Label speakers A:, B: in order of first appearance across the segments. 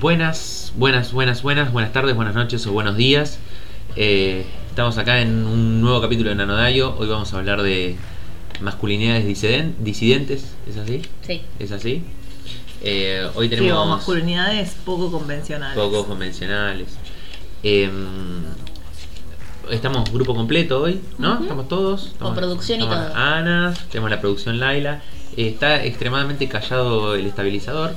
A: Buenas, buenas, buenas, buenas, buenas tardes, buenas noches o buenos días. Eh, estamos acá en un nuevo capítulo de Nanodayo. Hoy vamos a hablar de masculinidades disiden- disidentes. ¿Es así?
B: Sí.
A: ¿Es así? Eh, hoy
C: Digo,
A: tenemos
C: masculinidades poco convencionales.
A: pocos convencionales. Eh, estamos grupo completo hoy, ¿no?
B: Ujú.
A: Estamos todos. Estamos-
B: producción y
A: estamos
B: todo.
A: Ana, tenemos la producción Laila. Eh, está extremadamente callado el estabilizador.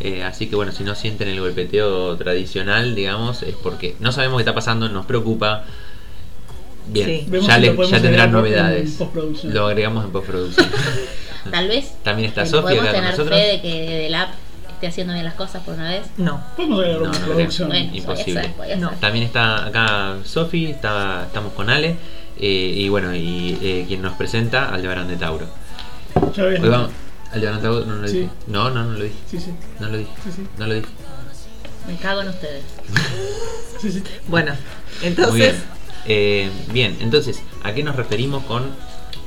A: eh, así que bueno, si no sienten el golpeteo tradicional, digamos, es porque no sabemos qué está pasando, nos preocupa. Bien,
C: Sí.
D: Vemos
A: ya,
D: si
A: le-
D: lo podemos
A: ya tendrán
D: agregar en
A: novedades.
D: postproducción.
A: Lo agregamos en postproducción.
B: Tal vez.
A: También está
B: eh,
A: Sofía
B: Podemos
A: acá con
B: tener
A: nosotros.
B: fe de que desde el app esté haciendo bien las cosas por una vez.
C: No.
D: Vamos a ver
A: No,
D: una
A: no
D: producción.
A: creo.
B: Bueno,
A: Imposible.
B: Podía ser, podía
C: No.
B: ser.
A: También está acá Sofi, está, estamos con Ale eh, y bueno, y eh, quien nos presenta, Aldebarán de Tauro.
D: Ya ves.
A: Hoy Pues vamos- Aldebarán de Tauro no lo
D: Sí.
A: dije. No, no, no lo dije.
D: Sí, sí,
A: No lo dije.
D: sí, sí,
A: No lo dije.
B: Me cago en ustedes.
D: sí, sí.
C: Bueno,
A: Muy bien.
C: entonces,
A: Eh, bien, entonces, ¿a qué nos referimos con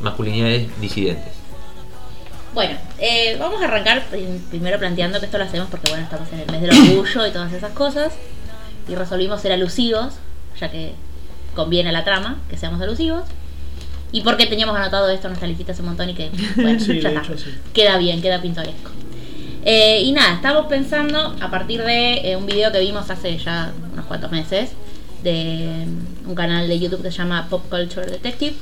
A: masculinidades disidentes?
B: Bueno, eh, vamos a arrancar prim- primero planteando que esto lo hacemos porque bueno, estamos en el mes del orgullo y todas esas cosas. Y resolvimos ser alusivos, ya que conviene a la trama que seamos alusivos. Y porque teníamos anotado esto en nuestra listita hace un montón y que bueno,
D: Sí,
B: ya
D: de
B: está.
D: hecho, sí.
B: queda bien, queda pintoresco. Eh, y nada, estamos pensando a partir de eh, un video que vimos hace ya unos cuantos meses de mm, un canal de YouTube que se llama Pop Culture Detective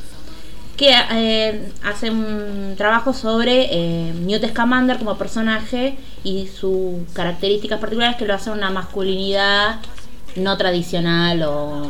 B: que eh, hace un trabajo sobre eh, Newt Scamander como personaje y sus características particulares que lo hacen una masculinidad no tradicional o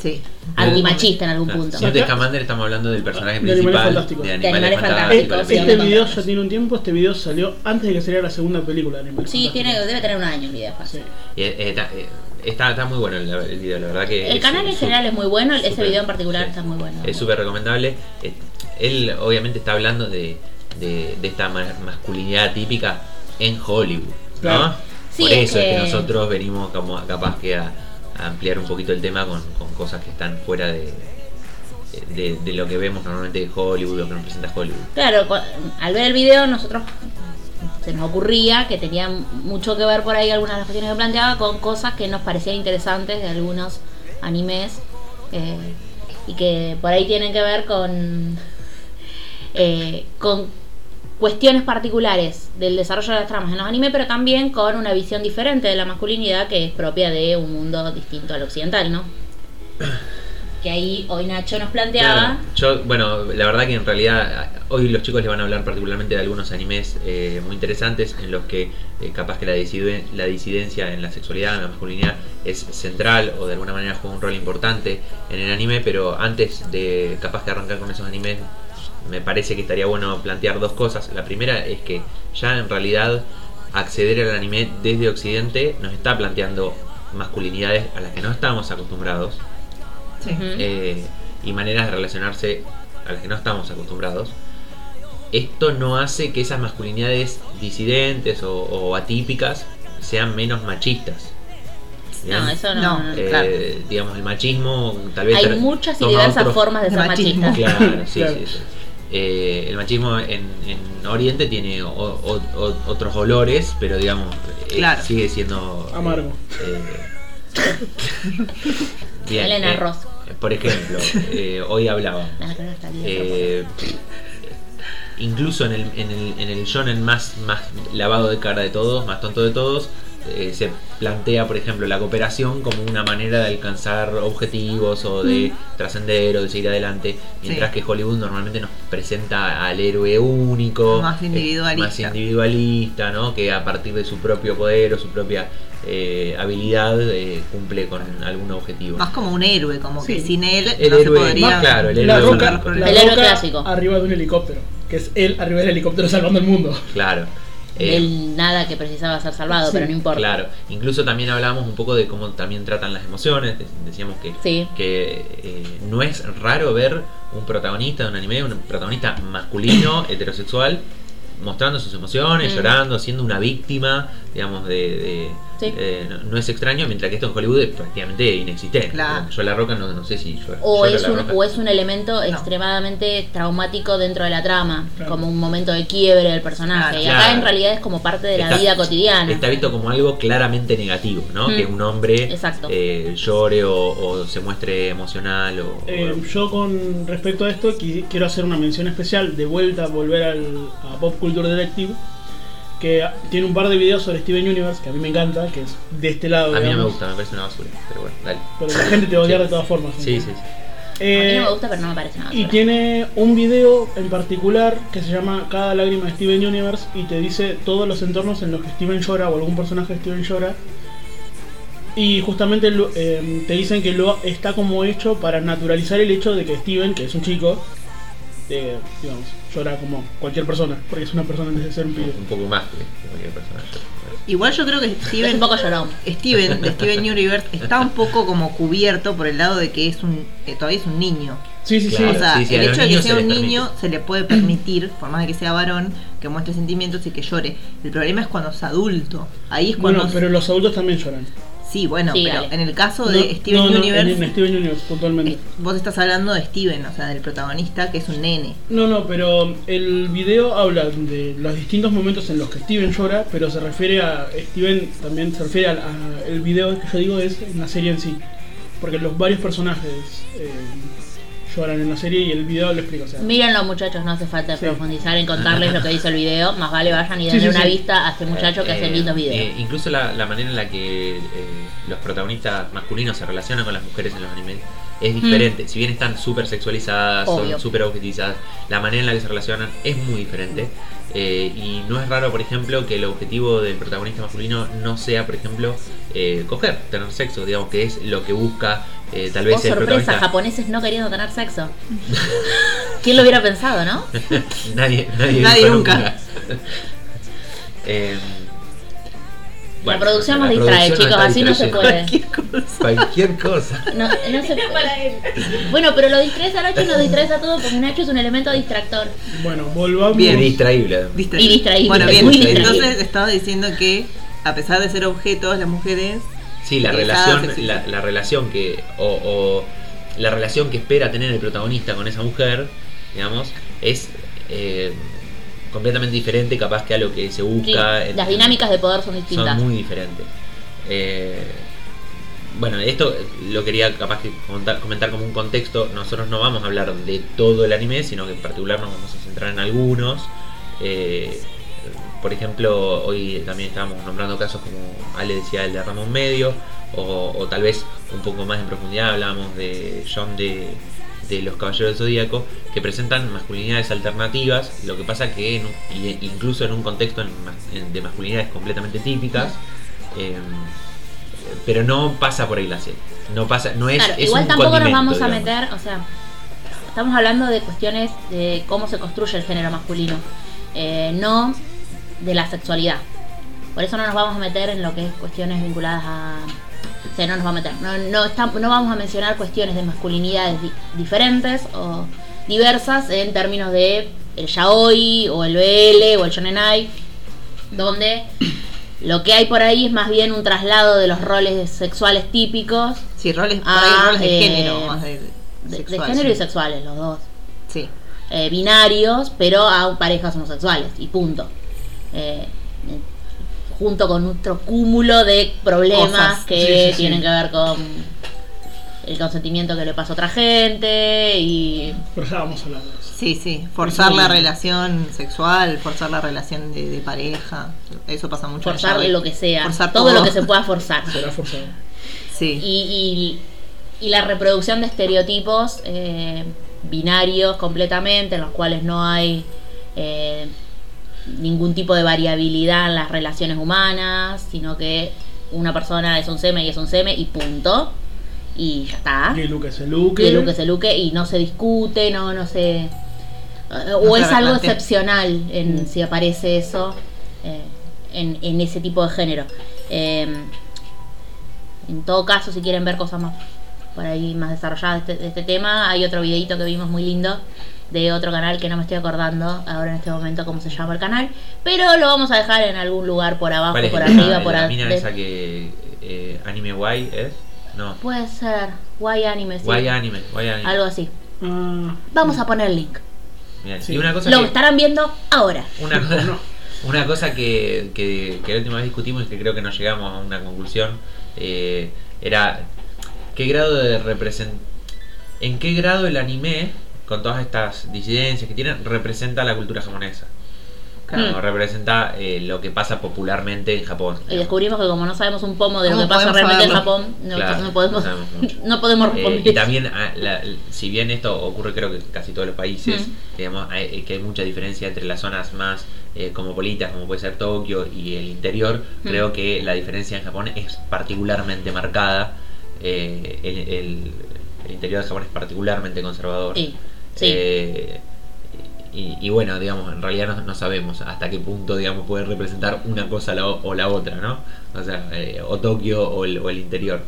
C: sí.
B: antimachista en algún punto.
A: Si no
D: Acá-
A: te Scamander estamos hablando del personaje
D: De Animales
A: principal
D: Fantásticos.
A: de
D: De
A: Animales,
B: Animales
A: Fantásticos.
B: Fantásticos,
A: la
D: Eh,
B: sí.
A: película.
D: este video ya tiene un tiempo, este video salió antes de que saliera la segunda película de Animales
B: Sí, tiene,
D: Fantásticos.
B: debe tener un año el video. fácil.
D: Sí.
A: Eh, eh, ta- eh, está, está muy bueno el, el video, la verdad que...
B: El
A: es-
B: canal en
A: es-
B: general es muy bueno, ese
A: súper,
B: video en particular
A: sí.
B: está muy bueno.
A: Es súper recomendable. Eh, Él obviamente está hablando de, de- de esta ma- masculinidad típica en Hollywood. ¿no?
D: Claro.
B: Sí,
A: Por
B: es
A: eso es que
B: que-
A: nosotros venimos como a- capaz que a, a ampliar un poquito el tema con, con cosas que están fuera de, de, de lo que vemos normalmente de Hollywood, lo que nos presenta Hollywood.
B: Claro, cu- al ver el video nosotros se nos ocurría que tenía mucho que ver por ahí algunas de las cuestiones que planteaba con cosas que nos parecían interesantes de algunos animes eh, y que por ahí tienen que ver con eh, con cuestiones particulares del desarrollo de las tramas en los animes, pero también con una visión diferente de la masculinidad que es propia de un mundo distinto al occidental, ¿no? Que ahí hoy Nacho nos planteaba.
A: Claro. Yo, bueno, la verdad que en realidad a- hoy los chicos les van a hablar particularmente de algunos animes eh, muy interesantes en los que eh, capaz que la, disiden- la disidencia en la sexualidad, en la masculinidad es central o de alguna manera juega un rol importante en el anime, pero antes de capaz que arrancar con esos animes me parece que estaría bueno plantear dos cosas. La primera es que ya en realidad acceder al anime desde Occidente nos está planteando masculinidades a las que no estábamos acostumbrados
C: sí.
B: Ujú.
A: eh, y maneras de relacionarse a las que no estamos acostumbrados. Esto no hace que esas masculinidades disidentes o, o atípicas sean menos machistas. Bien.
B: No, eso no.
C: No.
B: no, no.
A: Eh,
C: claro.
A: Digamos, el machismo tal vez...
B: Hay
A: tra-
B: muchas y
A: toma
B: diversas
A: otros-
B: formas de
C: de
B: ser
C: machismo.
B: machista.
A: Claro, sí,
D: Claro.
A: sí, sí. Eh, el machismo en, en Oriente tiene o- o- o- otros olores, pero digamos, eh,
C: Claro.
A: sigue siendo... eh,
D: Amargo.
A: eh, bien, eh,
B: Huelen a arroz.
A: Por ejemplo, eh, hoy hablaba.
B: Nada, creo que Ah, está bien,
A: eh, incluso en el, en el, en el shonen más, más lavado de cara de todos, más tonto de todos, eh, se plantea, por ejemplo, la cooperación como una manera de alcanzar objetivos o de trascender o de seguir adelante, mientras
C: Mm. Sí.
A: que Hollywood normalmente nos presenta al héroe único,
C: Más
A: eh,
C: individualista.
A: más individualista, ¿no? que a partir de su propio poder o su propia eh, habilidad eh, cumple con algún objetivo.
C: Más como un héroe, como que
D: Sí.
C: sin él
A: El
C: no
A: héroe,
C: se podría.
A: más claro, el
D: La
A: héroe
D: roca,
A: blanco.
D: la
B: El héroe
D: Roca
B: clásico.
D: arriba de un helicóptero, que es él arriba del helicóptero salvando el mundo.
A: Claro. Eh,
B: Del nada que precisaba ser salvado,
D: Sí,
B: pero no importa.
A: Claro, incluso también hablábamos un poco de cómo también tratan las emociones, de- decíamos que,
B: Sí.
A: que eh, no es raro ver un protagonista de un anime, un protagonista masculino, heterosexual, mostrando sus emociones,
B: Mm.
A: llorando, siendo una víctima, digamos, de, de-
B: Sí.
A: Eh, no, no es extraño, mientras que esto en Hollywood es prácticamente inexistente.
C: Claro.
A: Yo la roca no, no sé si yo,
B: O
A: yo
B: es,
A: La
B: un,
A: Roca-
B: o es un elemento extremadamente traumático dentro de la trama,
D: Claro. Ah,
B: como un momento de quiebre del personaje.
C: Claro.
B: y acá
A: Claro.
B: en realidad es como parte de la
A: Está-
B: vida cotidiana.
A: Está visto como algo claramente negativo, ¿no?
B: Mm.
A: Que un hombre
B: Exacto.
A: eh, llore o, o se muestre emocional o...
D: Eh,
A: o-
D: yo con respecto a esto qui- quiero hacer una mención especial, de vuelta volver al, a Pop Culture Detective, que a- tiene un par de videos sobre Steven Universe, que a mí me encanta, que es de este lado.
A: a mí no me
D: digamos,
A: gusta, me parece una basura. Pero bueno, dale.
D: Pero la gente te va a odiar de todas formas.
A: Sí, sí, sí.
B: a mí
D: Eh,
B: no me gusta, pero no me parece nada.
D: Y tiene un video en particular que se llama Cada lágrima de Steven Universe y te dice todos los entornos en los que Steven llora o algún personaje de Steven llora. Y justamente lo- eh, te dicen que lo está como hecho para naturalizar el hecho de que Steven, que es un chico, eh, digamos, llora como cualquier persona, porque es una persona antes de ser un pibe.
A: Un poco más que que cualquier personaje.
C: Igual yo creo que
B: Es
C: Steven
B: un poco llorón.
C: Steven, de Steven Universe, está un poco como cubierto por el lado de que es un, eh, todavía es un niño.
D: Sí, sí,
A: Claro,
C: o sea,
A: sí, sí, a
C: el
A: los
C: hecho de que
A: niños se
C: sea un
A: les
C: niño
A: permite.
C: se le puede permitir, por más de que sea varón, que muestre sentimientos y que llore. El problema es cuando es adulto. Ahí es
D: sí. Bueno,
C: cuando.
D: pero los adultos también lloran.
C: Sí, bueno,
B: Sí,
C: pero
B: dale.
C: en el caso de
D: No,
C: Steven
D: no, no,
C: Universe,
D: en- en Steven Universe, puntualmente.
C: es- vos estás hablando de Steven, o sea, del protagonista, que es un nene.
D: No, no, pero el video habla de los distintos momentos en los que Steven llora, pero se refiere a. Steven también se refiere al a- el video que yo digo es en la serie en sí. Porque los varios personajes eh, lloran en la serie y el video lo explica. O sea,
B: Mírenlo, muchachos, no hace falta
D: Sí.
B: profundizar en contarles lo que dice el video. Más vale vayan y
D: Sí,
B: denle
D: sí,
B: una
D: sí.
B: vista a este muchacho que hace
A: Eh,
B: lindos videos.
A: eh, incluso la, la manera en la que eh, los protagonistas masculinos se relacionan con las mujeres en los animes es diferente. Si bien están súper sexualizadas,
B: Mm. Obvio.
A: son súper objetivizadas, la manera en la que se relacionan es muy diferente. Eh, y no es raro, por ejemplo, que el objetivo del protagonista masculino no sea, por ejemplo, eh, coger, tener sexo, digamos, que es lo que busca eh, tal vez
B: oh,
A: el
B: sorpresa,
A: protagonista.
B: japoneses no queriendo tener sexo. ¿Quién lo hubiera pensado, no?
A: nadie, nadie,
C: Nadie
A: dijo
C: nunca.
A: Em,
B: la
A: bueno,
B: producción nos
A: la
B: distrae,
A: producción
B: chicos,
A: nos está
B: así no se
A: distrayendo.
B: puede.
C: Cualquier
A: Cualquier
C: cosa.
A: cosa.
B: No, no se puede. Bueno, pero lo distraes a Nacho y nos distraes a todo porque Nacho es un elemento distractor.
D: bueno, volvamos.
A: Es
C: Bien.
A: distraíble.
C: Distraído.
B: Y distraído,
C: Bueno, bien,
A: muy distraído.
C: entonces estaba diciendo que a pesar de ser objetos, las mujeres.
A: Sí, la
C: Esa
A: relación,
C: sexy.
A: la, la relación que. O, o la relación que espera tener el protagonista con esa mujer, digamos, es eh, completamente diferente, capaz que a lo que se
B: Sí,
A: busca. en-
B: las dinámicas de poder son
A: son
B: distintas.
A: muy diferentes. Eh, bueno, esto lo quería capaz que contar- comentar como un contexto. Nosotros no vamos a hablar de todo el anime, sino que en particular nos vamos a centrar en algunos. Eh, por ejemplo, hoy también estábamos nombrando casos como Ale decía el de Ramón Medio, o, o tal vez un poco más en profundidad hablábamos de John de, de los Caballeros del Zodíaco, que presentan masculinidades alternativas, lo que pasa que en un- y- e incluso en un contexto en mas- en- de masculinidades completamente típicas, eh, pero no pasa por ahí la serie. No pasa, no es,
B: Claro,
A: es
B: igual
A: un
B: tampoco nos
A: condimento,
B: vamos a
A: digamos.
B: meter, o sea, estamos hablando de cuestiones de cómo se construye el género masculino, eh, no de la sexualidad. Por eso no nos vamos a meter en lo que es cuestiones vinculadas a... O sea, no nos vamos a meter. No, no, estam- no vamos a mencionar cuestiones de masculinidades di- diferentes o diversas en términos de el yaoi o el BL o el shonenai, donde lo que hay por ahí es más bien un traslado de los roles sexuales típicos
C: Sí, roles, por
B: Ah,
C: ahí roles de
B: eh,
C: género, más de,
B: de, de
C: sexual,
B: género y
C: sí.
B: sexuales, los dos.
C: Sí.
B: Eh, binarios, pero a parejas homosexuales, y punto. Eh, eh, junto con otro cúmulo de problemas
C: Cosas.
B: que
D: Sí, sí, sí.
B: tienen que ver con el consentimiento que le pasa a otra gente y
D: Pero ya vamos a hablar de eso.
C: Sí, sí, forzar
D: Sí.
C: la relación sexual, forzar la relación de, de pareja, eso pasa mucho. en el
B: forzar
C: yaoi.
B: lo que sea,
C: Forzar
B: todo, lo que se pueda forzar.
D: Será forzado.
C: Sí,
B: Y, y- y la reproducción de estereotipos eh, binarios completamente, en los cuales no hay eh, ningún tipo de variabilidad en las relaciones humanas, sino que una persona es un seme y es un seme y punto. Y ya está.
D: Que Luke es el Luke.
B: Que el Ah. Luke se luque y no se discute, no, no se... eh, O
C: No se
B: es algo
C: replantea.
B: excepcional en,
D: Mm.
B: si aparece eso eh, en, en ese tipo de género. Eh, en todo caso, si quieren ver cosas más por ahí más desarrolladas de este, de este tema, hay otro videito que vimos muy lindo de otro canal que no me estoy acordando ahora en este momento cómo se llama el canal, pero lo vamos a dejar en algún lugar por abajo,
A: ¿Cuál es
B: por
A: la-
B: arriba,
A: la
B: por a-
A: mina
B: de-
A: esa que. eh, anime Y es? No.
B: Puede ser Why Anime, sí.
A: Guay anime, Mm. guay anime.
B: algo así.
D: Ah,
B: Vamos a poner el link.
A: Bien.
D: Sí.
A: Y una cosa
B: Lo
A: que.
B: estarán viendo ahora.
A: Una cosa,
D: No.
A: una cosa que, que, que la última vez discutimos y que creo que no llegamos a una conclusión eh, era qué grado de represent en qué grado el anime con todas estas disidencias que tienen representa la cultura japonesa
B: Claro.
A: O representa eh, lo que pasa popularmente en Japón
B: Y descubrimos que como no sabemos un pomo de lo
C: ¿Cómo
B: que pasa
C: podemos
B: realmente en
C: saberlo?
B: Japón, no,
A: Claro,
B: entonces no podemos,
A: no sabemos mucho.
B: no podemos
A: Eh,
B: responder.
A: y también, ah, la- si bien esto ocurre creo que en casi todos los países,
B: Mm.
A: digamos, hay- eh, que hay mucha diferencia entre las zonas más eh, cosmopolitas, como puede ser Tokio, y el interior,
B: Mm.
A: creo que la diferencia en Japón es particularmente marcada. eh, el, el- el interior de Japón es particularmente conservador.
B: Sí, sí.
A: Eh, y, y bueno, digamos, en realidad no, no sabemos hasta qué punto, digamos, puede representar una cosa la o, o la otra, ¿no? O sea, eh, o Tokio o el, o el interior.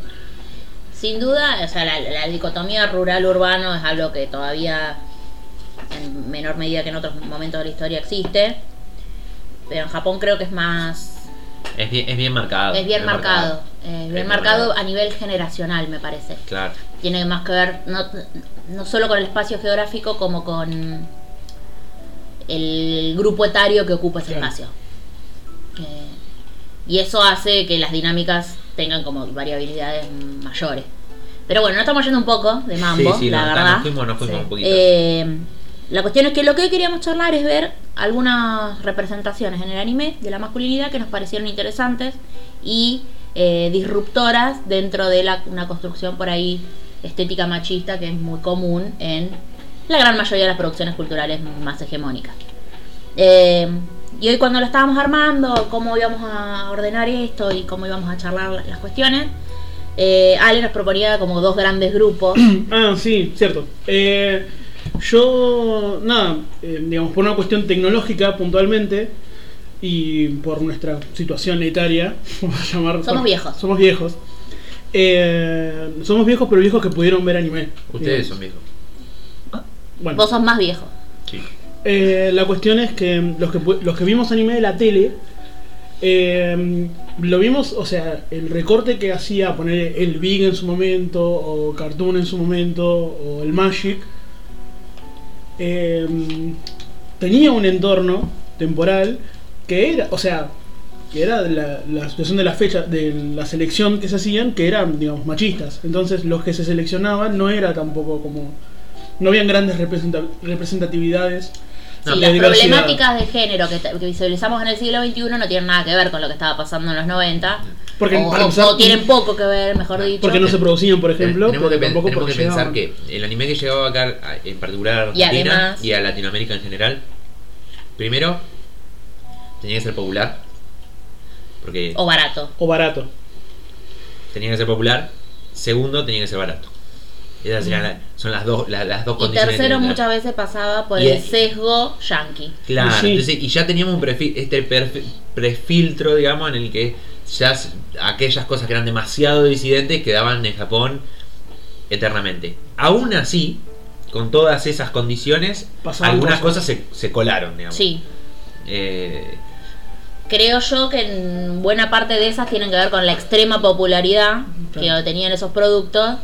B: Sin duda, o sea, la, la dicotomía rural-urbano es algo que todavía en menor medida que en otros momentos de la historia existe. Pero en Japón creo que es más.
A: Es bien, es bien marcado.
B: Es bien marcado. eh, bien marcado
A: marcado.
B: a nivel generacional, me parece.
A: Claro.
B: Tiene más que ver no, no solo con el espacio geográfico, como con el grupo etario que ocupa ese
D: Claro.
B: espacio. Eh, y eso hace que las dinámicas tengan como variabilidades mayores. Pero bueno, no estamos yendo un poco de mambo,
A: Sí, sí,
B: la
A: no, está,
B: verdad.
A: nos fuimos- nos fuimos un poquito.
B: Eh, la cuestión es que lo que hoy queríamos charlar es ver algunas representaciones en el anime de la masculinidad que nos parecieron interesantes y eh, disruptoras dentro de la- una construcción por ahí estética machista que es muy común en la gran mayoría de las producciones culturales más hegemónicas. Eh, y hoy cuando lo estábamos armando, cómo íbamos a ordenar esto y cómo íbamos a charlar la- las cuestiones, eh, Ale nos proponía como dos grandes grupos.
D: Ah, sí, cierto. Eh, yo, nada, eh, digamos, por una cuestión tecnológica puntualmente y por nuestra situación etaria, vamos a llamar.
B: Somos viejos.
D: Somos viejos. Eh, somos viejos, pero viejos que pudieron ver anime.
A: Ustedes
D: digamos.
A: son viejos.
D: Bueno,
B: Vos sos más viejo.
A: Sí.
D: eh, la cuestión es que los que, pu- los que vimos anime de la tele, eh, lo vimos, o sea, el recorte que hacía poner el Big en su momento, o Cartoon en su momento, o el Magic, eh, tenía un entorno temporal que era, o sea, que era de la, la situación de la fecha, de la selección que se hacían, que eran, digamos, machistas. Entonces, los que se seleccionaban no era tampoco como. No habían grandes representa- representatividades.
A: No,
B: Sí,
D: la
B: las
D: diversidad.
B: problemáticas de género que, que visibilizamos en el siglo XXI no tienen nada que ver con lo que estaba pasando en los 90.
D: Porque,
B: o,
D: para
B: o-
D: empezar,
B: o tienen poco que ver, mejor dicho.
D: Porque no se producían, por ejemplo.
A: tenemos que,
D: pero
A: pen-
D: tampoco
A: tenemos que
D: porque
A: pensar
D: llegaban.
A: que el anime que llegaba acá, a- en particular a
B: Y
A: Argentina
B: además-
A: y a Latinoamérica en general, primero tenía que ser popular. Porque
B: O barato.
D: O barato.
A: tenía que ser popular. Segundo, tenía que ser barato. Esas eran la- son las dos, la- las dos
B: Mm. Y
A: condiciones.
B: tercero,
A: de-
B: muchas veces pasaba por
A: Y-
B: el sesgo yankee.
A: Claro,
D: Sí.
A: entonces, y ya teníamos un perfil, este perfi- prefiltro, digamos, en el que ya s- aquellas cosas que eran demasiado disidentes quedaban en Japón eternamente. Aún así, con todas esas condiciones,
D: Pasaban
A: algunas
D: cosas.
A: cosas, se, se colaron, digamos.
B: Sí.
A: Eh,
B: Creo yo que en buena parte de esas tienen que ver con la extrema popularidad que
D: Claro.
B: tenían esos productos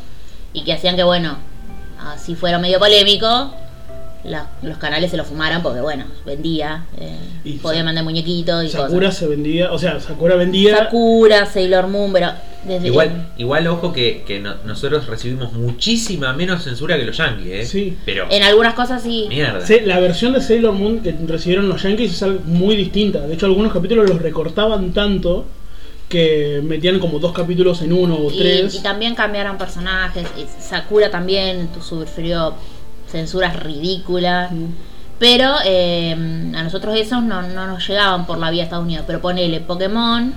B: y que hacían que, bueno, así fuera medio polémico, la- los canales se lo fumaran porque, bueno, vendía, eh,
D: Y
B: podía
D: Sa-
B: mandar muñequitos y
D: Sakura
B: cosas.
D: se vendía. O sea, Sakura vendía.
B: Sakura, Sailor Moon, pero desde
A: igual, igual, ojo que, que no- nosotros recibimos muchísima menos censura que los yankees, ¿eh?
D: Sí.
A: Pero,
B: en algunas cosas sí.
A: mierda.
D: Sí, la versión de Sailor Moon que recibieron los Yankees es algo muy distinta. De hecho, algunos capítulos los recortaban tanto que metían como dos capítulos en uno o
B: Y,
D: tres.
B: y también cambiaron personajes. y Sakura también tu- sufrió censuras ridículas.
D: Mm.
B: Pero eh, a nosotros esos no, no nos llegaban por la vía de Estados Unidos. Pero ponele Pokémon.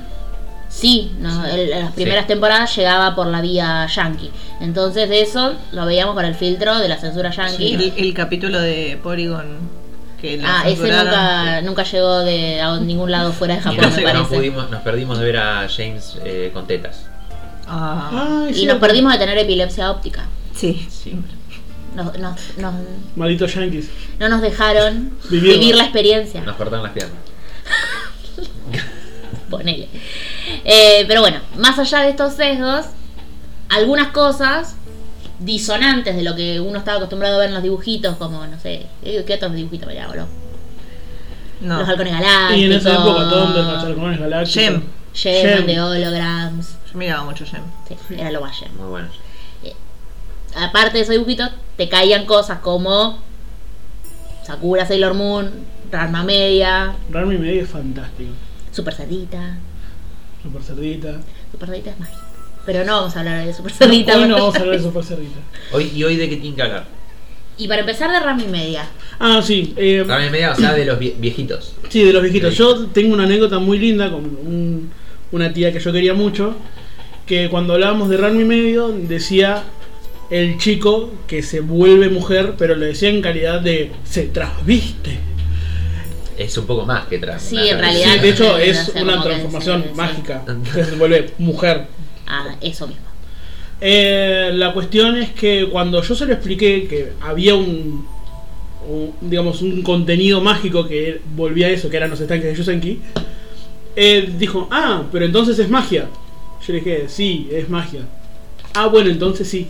B: Sí, no, el- las primeras
A: Sí.
B: temporadas llegaba por la vía yankee. Entonces de eso lo veíamos con el filtro de la censura yankee.
C: El, el capítulo de Porygon que la
B: ah, ese
C: censuraron.
B: nunca, nunca llegó de a ningún lado fuera de
A: Y
B: Japón,
A: no,
B: me
A: no
B: parece.
A: pudimos, nos perdimos de ver a James eh, con tetas.
C: Ah,
D: Ah, es
B: y nos
D: cierto.
B: perdimos de tener epilepsia óptica.
C: sí.
A: Sí.
B: nos- nos- nos-
D: Malditos yankees.
B: no nos dejaron
D: Vivirla.
B: vivir la experiencia.
A: Nos cortaron las piernas.
B: Ponele. Eh, pero bueno, más allá de estos sesgos, algunas cosas disonantes de lo que uno estaba acostumbrado a ver en los dibujitos, como, no sé, eh, ¿qué otros dibujitos me hago?
C: No.
B: Los halcones galácticos.
D: Y en esa época Tumblr, Machacones Galácticos.
C: Gem.
B: Gem
D: Gem.
B: de holograms.
C: Yo miraba mucho Gem.
B: Sí, era lo más Gem.
A: Muy bueno.
B: Aparte de esos dibujitos, te caían cosas como Sakura, Sailor Moon, Ranma Media,
D: Rami Media es fantástico.
B: Super Cerdita.
D: Super cerdita.
B: Super Cerdita es magia. Pero no vamos a hablar de Super
D: Hoy
B: Cerdita.
D: no vamos a hablar de Super cerdita.
A: Hoy, ¿Y hoy de qué tienen que hablar?
B: Y para empezar de Ranma y Media.
D: Ah, sí. eh,
A: Rama y media, o sea, de los vie- viejitos.
D: Sí, de los viejitos. Yo tengo una anécdota muy linda con un- una tía que yo quería mucho, que cuando hablábamos de Ranma y medio decía el chico que se vuelve mujer, pero lo decía en calidad de se trasviste.
A: Es un poco más que trans.
B: Sí,
A: una
B: en
A: trans-
B: realidad.
D: Sí, de hecho
B: no
D: es
B: sé,
D: una
B: como que
D: transformación
B: se- sí.
D: mágica, que se vuelve mujer.
B: Ah, eso mismo.
D: Eh, la cuestión es que cuando yo se lo expliqué que había un, un- digamos un contenido mágico que volvía a eso, que eran los estanques de Yusenki, eh, dijo, ah, pero entonces es magia. Yo le dije, sí, es magia. Ah, bueno, entonces sí.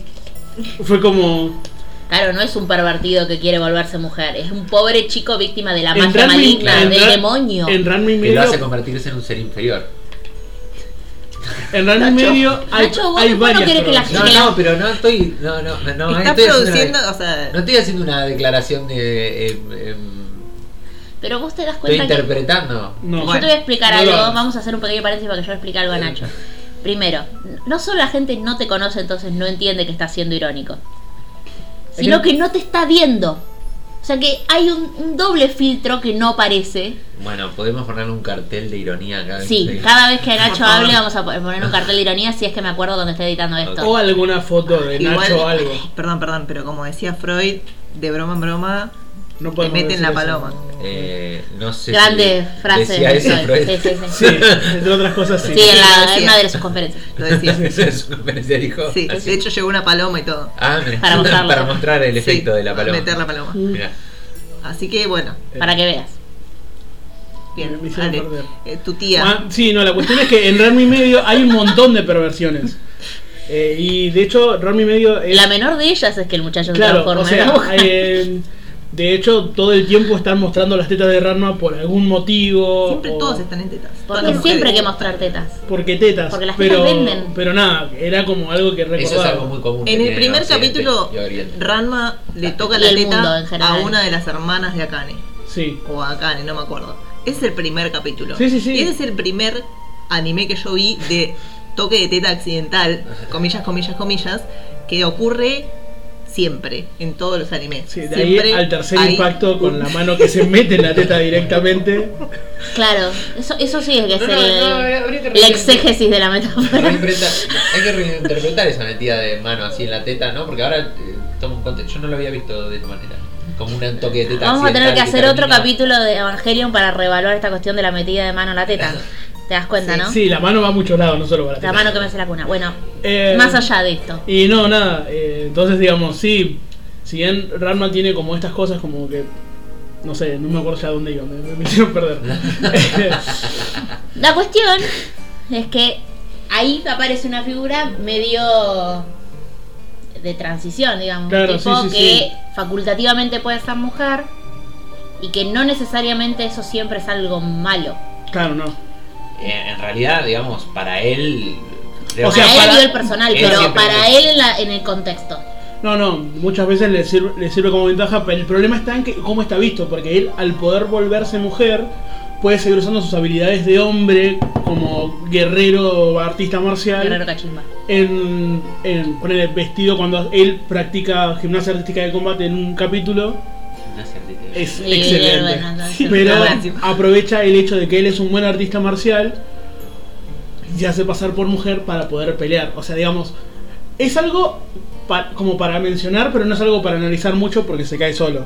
D: Fue como.
B: Claro, no es un pervertido que quiere volverse mujer, es un pobre chico víctima de la
D: en
B: magia
D: Ranma y-
B: maligna,
D: en
B: del
D: Ra-
B: demonio.
D: En Ranma y
A: Que lo hace
D: medio,
A: convertirse en un ser inferior.
D: en Ranma y
C: Nacho.
D: medio hay,
B: Nacho, vos
D: hay
B: después no
D: varias.
B: querés que la
D: formas.
A: No, no, pero no estoy. No, no, no, no,
C: Está
A: estoy haciendo
C: produciendo,
A: una-
C: o sea,
A: no estoy haciendo una declaración de. em, em,
B: Pero vos te das
A: estoy
B: cuenta que.
A: interpretando.
D: No,
B: Yo
C: Bueno,
B: te voy a explicar
D: no lo
B: algo,
D: hagas.
B: vamos a hacer un pequeño paréntesis para que yo le explique algo a Nacho. Primero, no solo la gente no te conoce, entonces no entiende que estás siendo irónico, sino que no te está viendo. O sea que hay un, un doble filtro que no parece.
A: Bueno, podemos ponerle un cartel de ironía cada vez
B: Sí,
A: que-
B: cada vez que Nacho
C: Por favor.
B: hable vamos a poner un cartel de ironía si es que me acuerdo cuando esté editando
D: O
B: esto.
D: alguna foto de Nacho o algo.
C: Perdón, perdón, pero como decía Freud, de broma en broma,
D: No
C: te
D: podemos
C: meten la
D: decir eso.
C: paloma.
A: Eh, no sé.
B: Grande
A: si
B: frase
A: Decía
B: de
A: eso,
B: Freud.
A: Freud.
B: Sí, sí, sí.
D: Sí, entre otras cosas sí.
B: Sí, en, la-
C: Sí.
B: en una de sus conferencias.
C: Lo decía.
A: Eso es su conferencia, dijo.
C: Sí,
A: Así.
C: de hecho llegó una paloma y todo.
A: Ah, mirá,
B: Para mostrarlo.
A: para mostrar el
C: Sí,
A: efecto de la paloma.
C: Meter la paloma.
A: Mirá.
C: Así que bueno,
B: Para que veas.
C: bien.
D: Me hicieron
C: Ale,
D: perder.
C: eh, tu tía.
D: Ah, sí, no, la cuestión es que en Ranma y medio hay un montón de perversiones. Eh, y de hecho, Ranma y medio es.
B: La menor de ellas es que el muchacho se
D: Eh. claro,
B: transforma
D: o
B: en
D: sea,
B: una mujer.
D: eh, de hecho, todo el tiempo están mostrando las tetas de Ranma por algún motivo.
C: Siempre
D: o-
C: todos están en tetas.
B: Porque
C: todas las
B: siempre
C: mujeres.
B: hay que mostrar tetas.
D: Porque tetas.
B: Porque las tetas
D: pero,
B: venden.
D: pero nada, era como algo que recordaba.
A: Eso es algo muy común. que
C: En el
A: tiene
C: primer
A: Occidente
C: capítulo,
A: este y Oriente.
C: Ranma le toca
B: Y
C: la
B: el mundo en
C: teta a
B: general.
C: una de las hermanas de Akane.
D: Sí.
C: O Akane, no me acuerdo. Ese es el primer capítulo.
D: Sí, sí, sí.
C: Y ese es el primer anime que yo vi de toque de teta accidental, comillas, comillas, comillas, que ocurre siempre en todos los animes.
D: Sí, de ahí
C: siempre
D: al tercer
C: hay
D: impacto con
C: un-
D: la mano que se mete en la teta directamente.
B: Claro, eso, eso sí es que es
A: No, no,
B: el-
A: no, habría que
B: la
A: reinterpretar-
B: exégesis de la metáfora.
A: Reinterpreta- Hay que reinterpretar esa metida de mano así en la teta, ¿no? Porque ahora eh, toma un conte- Yo no lo había visto de esa manera. Como un toque de teta.
B: Vamos a tener
A: accidental
B: que hacer otro
A: termina-
B: capítulo de Evangelion para reevaluar esta cuestión de la metida de mano en la teta. ¿Te das cuenta,
C: Sí,
B: no?
D: Sí, la mano va a muchos lados, no solo para
B: La
D: teta.
B: mano que me hace la cuna. Bueno,
D: Eh,
B: más allá de esto.
D: Y no, nada, eh, entonces digamos, sí, si bien Ranma tiene como estas cosas como que, no sé, no me acuerdo ya dónde iba, me, me- me hicieron perder.
B: La cuestión es que ahí aparece una figura medio de transición, digamos.
D: Claro,
B: tipo
D: sí, sí,
B: que
D: sí.
B: facultativamente puede ser mujer y que no necesariamente eso siempre es algo malo.
D: claro, no.
A: En, en realidad, digamos, para él. creo
D: O sea,
B: para él
D: para-
B: a nivel personal,
A: él
B: pero
A: siempre-
B: para él en, la- en el contexto.
D: No, no, muchas veces le sirve, le sirve como ventaja, pero el problema está en que, cómo está visto, porque él al poder volverse mujer puede seguir usando sus habilidades de hombre como guerrero o artista marcial.
B: Guerrero Cachimba.
D: en, en poner vestido cuando él practica gimnasia artística de combate en un capítulo
A: No sé, te-
D: es
B: Y
D: excelente.
B: bueno, no,
D: Sí,
B: sí.
D: pero
C: Buenísimo.
D: aprovecha el hecho de que él es un buen artista marcial y se hace pasar por mujer para poder pelear. O sea, digamos, es algo pa- como para mencionar, pero no es algo para analizar mucho porque se cae solo.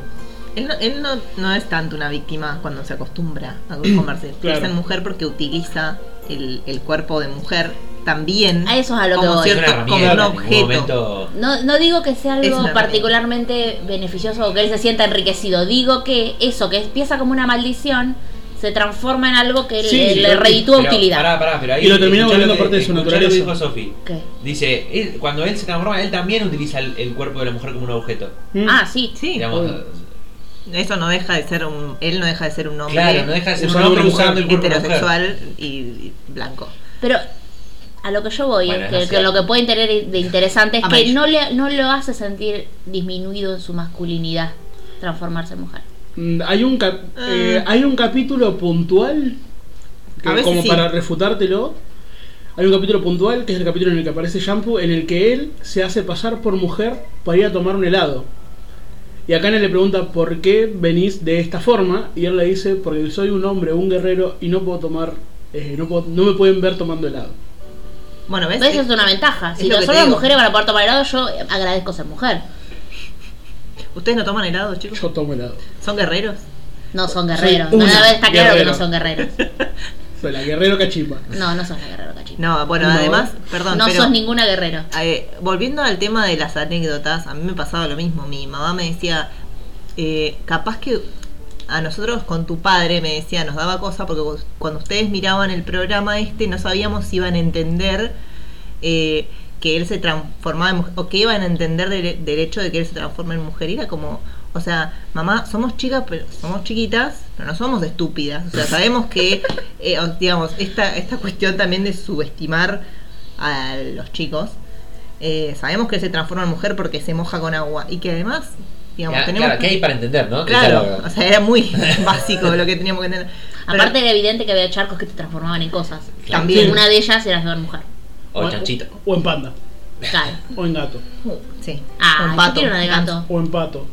C: Él, no, él no, no es tanto una víctima cuando se acostumbra a convertirse
D: Claro.
C: en mujer porque utiliza el, el cuerpo de mujer también
B: A eso es a lo que
C: como,
B: voy.
A: Es una
C: cierto- como
A: herramienta,
C: un
A: en ningún
C: objeto.
A: momento
B: No, no digo que sea
C: Es una
B: algo
C: herramienta.
B: particularmente beneficioso o que él se sienta enriquecido. Digo que eso, que empieza como una maldición, se transforma en algo que
D: Sí,
B: le, le
D: pero-
B: reditúa
A: Pero,
B: utilidad.
A: pará, pará, pero ahí-
D: Y lo termina
A: escuchá
D: volviendo
A: que-
D: parte de su
A: escuchá lo que
D: naturaleza.
A: dijo Sofi.
B: ¿Qué?
A: Dice, él- cuando él se transforma, él también utiliza el, el cuerpo de la mujer como un objeto.
D: Mm.
B: Ah, sí.
C: Sí,
A: Digamos,
B: obvio.
C: eso no deja de ser un, él no deja de ser un hombre
A: claro, no deja de ser un
D: usando
A: hombre
D: una mujer
A: usando el cuerpo de la mujer.
C: heterosexual y, y blanco.
B: Pero a lo que yo voy,
A: Bueno,
B: eh,
A: es
B: que,
A: así.
B: que lo que puede tener de interesante es que
C: Amarillo.
B: no, le, no lo hace sentir disminuido en su masculinidad transformarse en mujer.
D: Mm, Hay un, cap-
C: Ah.
D: eh, hay un capítulo puntual, que
C: A veces
D: como
C: sí.
D: para refutártelo, hay un capítulo puntual, que es el capítulo en el que aparece Shampoo, en el que él se hace pasar por mujer para ir a tomar un helado. Y Akane le pregunta por qué venís de esta forma, y él le dice, porque soy un hombre, un guerrero, y no puedo tomar, eh, no, puedo- no me pueden ver tomando helado.
C: Bueno, ¿ves?
B: Entonces es una ventaja.
C: es
B: Si
C: lo
B: tan
C: que
B: solo
C: te
B: las
C: digo.
B: mujeres van a poder tomar helado, yo agradezco ser mujer.
C: ¿Ustedes no toman helado, chicos?
D: Yo tomo helado.
C: ¿Son guerreros?
B: No son guerreros.
D: una
B: No, no, está claro que
D: guerrero.
B: no son guerreros.
D: Soy la guerrero cachipa.
B: No, no sos una guerrero, cachito.
C: No, bueno,
D: No.
C: además, perdón,
B: No
C: pero
B: sos ninguna guerrero.
C: eh, volviendo al tema de las anécdotas, a mí me pasaba lo mismo. Mi mamá me decía, eh, capaz que a nosotros con tu padre me decía, nos daba cosa porque cu- cuando ustedes miraban el programa este no sabíamos si iban a entender eh, que él se transformaba en mujer, o que iban a entender del, del hecho de que él se transforma en mujer. Y Era como, o sea, mamá, somos chicas, pero somos chiquitas, pero no somos estúpidas. O sea, sabemos que, eh, o- digamos, esta, esta cuestión también de subestimar a los chicos. eh, sabemos que él se transforma en mujer porque se moja con agua y que además, digamos,
A: Ya,
C: tenemos
A: claro,
C: que-
A: ¿qué hay para entender, no? Que ya
C: Claro,
A: lo-
C: o sea, era muy básico lo que teníamos que entender. Pero
B: Aparte era evidente que había charcos que te transformaban en cosas.
C: también.
B: Una de ellas era ser mujer.
A: o chanchito.
D: O en panda.
B: Claro.
D: O en gato.
C: uh, Sí.
B: Ah,
C: un
B: yo
C: pato.
B: quiero una de gato.
D: O en pato.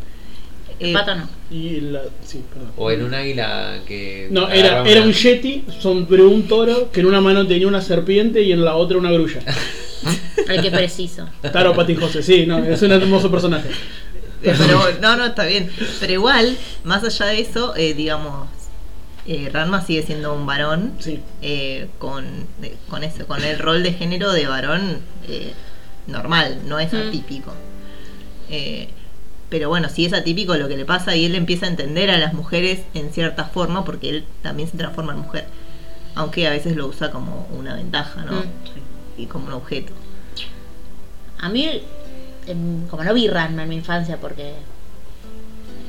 C: Eh,
B: Pato no.
D: Y la... Sí, perdón.
A: O en un águila que.
D: No, era,
A: agarraba
D: era
A: una-
D: un yeti sobre un toro que en una mano tenía una serpiente y en la otra una grulla.
B: El que preciso.
D: Taro Patín José, sí, no, es un hermoso personaje.
C: Eh, Pero no, no, está bien. Pero igual, más allá de eso, eh, digamos, eh, Ranma sigue siendo un varón
D: Sí.
C: eh, con, eh, con eso, con el rol de género de varón eh, normal, no es
B: Mm.
C: atípico. Eh, pero bueno, si es atípico lo que le pasa y él empieza a entender a las mujeres en cierta forma porque él también se transforma en mujer. Aunque a veces lo usa como una ventaja, ¿no?
B: Mm.
C: Y como un objeto.
B: A mí, em, como no vi Ranma en mi infancia porque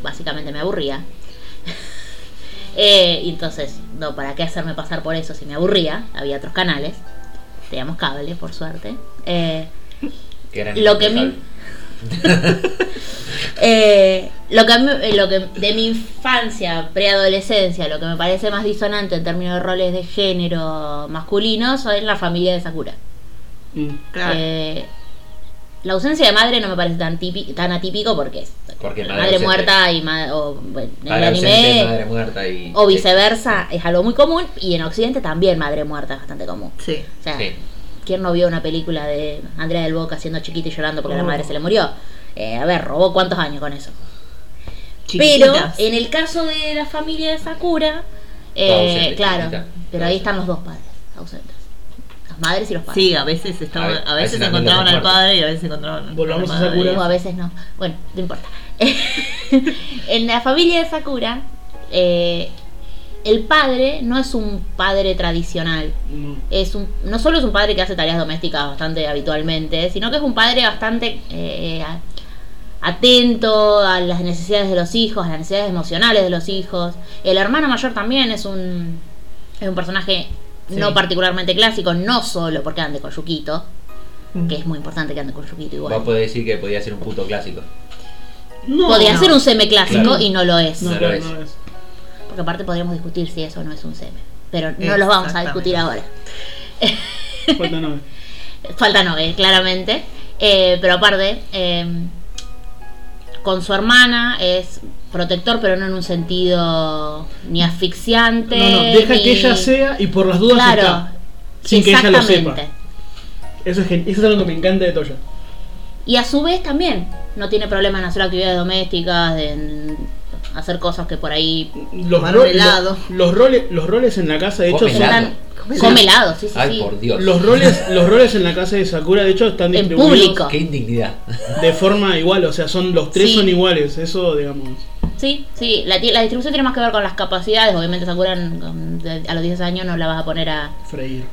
B: básicamente me aburría. eh, y entonces, no, ¿para qué hacerme pasar por eso si me aburría? Había otros canales. Teníamos cable, por suerte. Eh,
A: Que era
B: lo que mi- Eh, lo que a mí- eh, lo que de mi infancia, preadolescencia, lo que me parece más disonante en términos de roles de género masculinos es la familia de Sakura.
D: Mm.
C: Claro.
B: Eh, la ausencia de madre no me parece tan, típi- tan atípico porque es
A: Porque
B: madre,
A: madre ausente.
B: muerta y ma- o, bueno, en el
A: Padre
B: anime
A: ausente, madre muerta y.
B: o viceversa es algo muy común y en Occidente también madre muerta es bastante común.
C: sí.
B: O sea,
A: Sí.
B: ¿Quién no vio una película de Andrea del Boca siendo chiquita y llorando porque la
D: Oh.
B: madre se le murió? Eh, a ver, robó cuántos años con eso.
C: Chiquititas.
B: Pero en el caso de la familia de Sakura, eh,
A: Todo ausente,
B: claro,
A: chiquita.
B: pero
A: Todo
B: ahí
A: ausente.
B: están los dos padres ausentes. Las madres y los padres.
C: Sí, a veces estaban,
A: A ve-
C: a,
A: a veces
C: veces
A: también
C: encontraban
A: los
C: al
A: muertos.
C: padre y a veces encontraban
D: Volvamos
C: a
D: a
C: la madre.
B: O
D: Sakura.
B: a veces no. Bueno, no importa. en la familia de Sakura, eh, el padre no es un padre tradicional.
D: No.
B: Es un, no solo es un padre que hace tareas domésticas bastante habitualmente, sino que es un padre bastante eh, a- atento a las necesidades de los hijos, a las necesidades emocionales de los hijos. El hermano mayor también es un, es un personaje
C: Sí.
B: no particularmente clásico, no solo porque ande con Yukito,
C: Mm.
B: que es muy importante que ande con Yukito igual.
A: Vos podés decir que podía ser un puto clásico.
D: No,
B: Podría
C: no.
B: ser un seme clásico
A: Claro.
B: y no lo es.
D: No,
A: No
D: claro,
A: lo es.
D: no es.
B: Porque aparte podríamos discutir si eso no es un seme. Pero no los vamos a discutir
C: Exactamente.
B: ahora.
D: Falta nueve.
B: Falta Nobel, claramente. Eh, pero aparte, eh, con su hermana es protector, pero no en un sentido ni asfixiante.
D: No, no, deja
B: ni-
D: que ella sea y por las dudas
B: Claro.
D: está. Sin que ella lo sepa.
B: Exactamente.
D: Eso es, gen- eso es algo que me encanta de Toya.
B: Y a su vez también no tiene problemas en hacer actividades domésticas, en hacer cosas que por ahí
D: Los,
C: Tomar
D: ro-
C: un helado.
D: lo- los roles, los roles en la casa, de hecho,
A: Come
D: son,
A: helado.
B: están
C: Come
B: Come
C: helado.
B: helado, sí, sí,
A: Ay,
B: sí.
A: por Dios.
D: Los roles, los roles en la casa de Sakura, de hecho, están
B: En
D: distribuidos
B: público.
A: Qué indignidad.
D: de forma igual, o sea, son los tres
B: Sí.
D: son iguales, eso digamos.
B: Sí, sí, la, ti- la distribución tiene más que ver con las capacidades. Obviamente, Sakura en- con- de- a los 10 años no la vas a poner a.
D: Freír.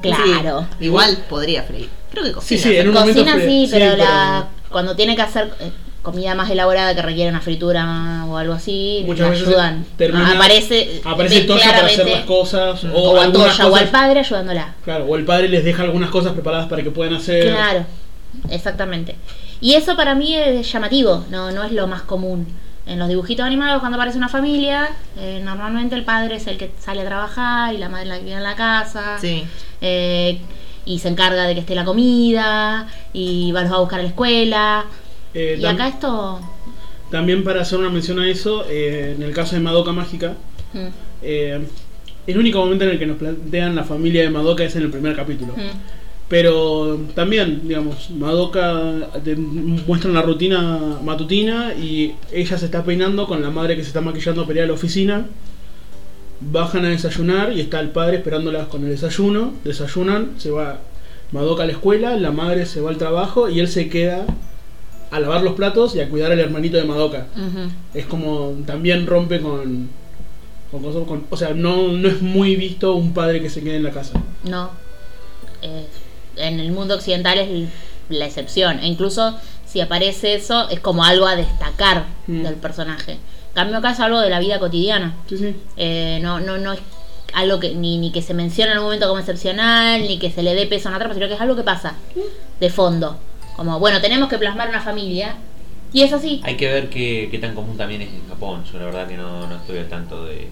B: Claro.
C: Sí, igual podría freír. Creo que
D: Sí,
C: cocina.
D: sí, en un momento
B: Cocina
D: fre-
B: sí, pero,
D: sí,
B: la, cuando tiene que hacer eh, comida más elaborada que requiere una fritura o algo así,
D: Muchas
B: la
D: veces
B: ayudan.
D: termina-
B: aparece
D: Aparece
B: ves
D: Toya para hacer
B: claramente, Mm.
D: las cosas. O,
B: O a
D: algunas
B: Toya o al
D: cosas-
B: padre ayudándola.
D: Claro, o el padre les deja algunas cosas preparadas para que puedan hacer.
B: Claro, exactamente. Y eso para mí es llamativo, no, no es lo más común. En los dibujitos animados, cuando aparece una familia, eh, normalmente el padre es el que sale a trabajar y la madre la que vive en la casa.
C: Sí.
B: eh, y se encarga de que esté la comida y va los va a buscar a la escuela.
D: Eh,
B: y
D: tam-
B: acá esto.
D: También para hacer una mención a eso, eh, en el caso de Madoka Mágica,
B: mm,
D: eh, el único momento en el que nos plantean la familia de Madoka es en el primer capítulo.
B: mm.
D: Pero también, digamos, Madoka te muestran la rutina matutina y ella se está peinando con la madre que se está maquillando para ir a la oficina. Bajan a desayunar y está el padre esperándolas con el desayuno. Desayunan, se va Madoka a la escuela, la madre se va al trabajo y él se queda a lavar los platos y a cuidar al hermanito de Madoka.
B: Ujú.
D: Es como también rompe con. con cosas- con- o sea, no, no es muy visto un padre que se quede en la casa.
B: No. Eh, en el mundo occidental es l- la excepción. E incluso si aparece eso, es como algo a destacar
D: Mm.
B: del personaje. En Cambio acá es algo de la vida cotidiana.
D: Sí, sí.
B: Eh, no, no, no es algo que ni, ni que se menciona en un momento como excepcional, ni que se le dé peso a una trama, sino que es algo que pasa de fondo. Como, bueno, tenemos que plasmar una familia. Y es así.
A: Hay que ver qué, qué tan común también es en Japón. Yo la verdad que no, no estoy al tanto de...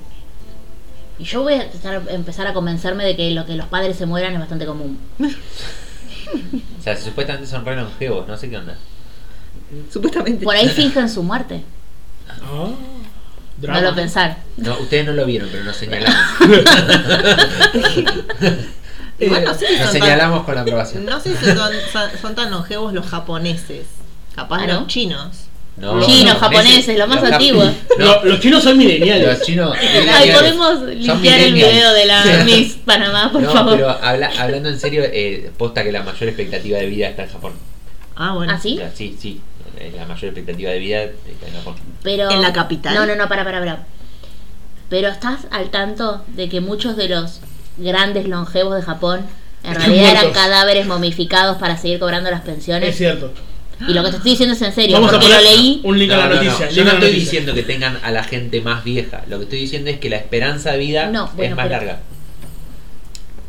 B: Y yo voy a empezar, empezar a convencerme de que lo que los padres se mueran es bastante común.
A: O sea, supuestamente son re longevos, no sé qué onda.
C: Supuestamente.
B: Por ahí fingen su muerte.
D: Ah,
B: No lo pensar.
A: No, ustedes no lo vieron, pero nos señalamos.
C: Igual no sé si
A: Nos
C: son tan,
A: señalamos con la aprobación.
C: no sé si son, son- son tan longevos los japoneses. Capaz
B: Ah, ¿no?
C: los chinos.
A: No,
B: Chinos,
A: no,
B: japoneses, lo más
A: los jap-
B: antiguo.
A: No,
D: Lo- los chinos son
A: los
D: millennials.
A: chinos...
B: Ay,
A: millennials.
B: podemos
A: Son
B: limpiar el
A: millennials.
B: video de la
A: Sí.
B: Miss Panamá, por
A: no,
B: favor.
A: pero habla- hablando en serio, eh, posta que la mayor expectativa de vida está en Japón.
C: Ah, bueno.
B: ¿Ah,
A: O
B: sí?
A: sea, sí, sí, eh, la mayor expectativa de vida está en Japón.
B: Pero...
C: ¿En la capital?
B: No, no, no, para, para, para. Pero estás al tanto de que muchos de los grandes longevos de Japón en
D: Están
B: realidad eran
D: muertos.
B: cadáveres momificados para seguir cobrando las pensiones.
D: Es cierto.
B: Y lo que te estoy diciendo es en serio,
D: Vamos a
B: porque
D: poner
B: lo leí.
D: un link a la
A: No, no, no.
D: noticia.
A: Yo
D: link
A: no
D: a la
A: estoy
D: noticia.
A: diciendo que tengan a la gente más vieja. Lo que estoy diciendo es que la esperanza de vida
B: No, bueno,
A: es más
B: pero-
A: larga.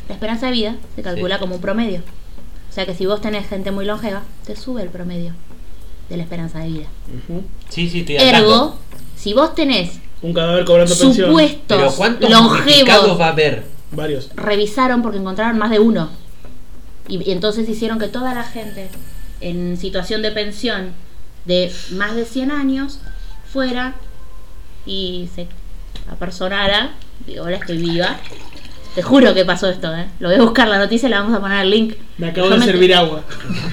B: La esperanza de vida se calcula
A: Sí.
B: como un promedio. O sea que si vos tenés gente muy longeva, te sube el promedio de la esperanza de vida.
D: Ujú.
A: Sí, sí, estoy al
B: Ergo,
A: tanto.
B: si vos tenés
D: Un cadáver cobrando pensión.
A: Pero
B: supuestos
A: ¿cuántos momificados va a
B: longevos,
A: haber?
D: Varios.
B: revisaron porque encontraron más de uno. Y, y entonces hicieron que toda la gente en situación de pensión de más de 100 años fuera y se apersonara. Digo, ahora estoy viva. Te juro que pasó esto, ¿eh? Lo voy a buscar la noticia y la vamos a poner el link.
D: Me acabo
B: Yo
D: de
B: me-
D: servir agua.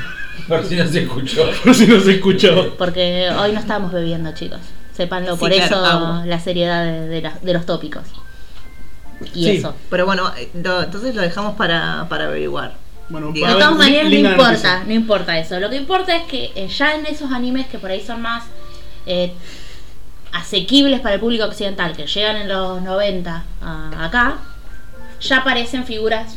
A: Por si no se escuchó.
D: Por si no se escuchó.
B: Porque hoy no estábamos bebiendo, chicos. Sépanlo,
C: Sí,
B: por
C: claro,
B: eso
C: agua.
B: la seriedad de, de la- de los tópicos. Y
D: Sí.
B: eso.
C: Pero bueno, eh, lo- entonces lo dejamos para, para averiguar.
D: Bueno,
C: De
D: para
B: De
D: ver,
B: todas maneras, no
D: link a la
B: importa,
D: noticia.
B: no importa eso. Lo que importa es que eh, ya en esos animes que por ahí son más eh, asequibles para el público occidental, que llegan en los 90 a- acá, ya aparecen figuras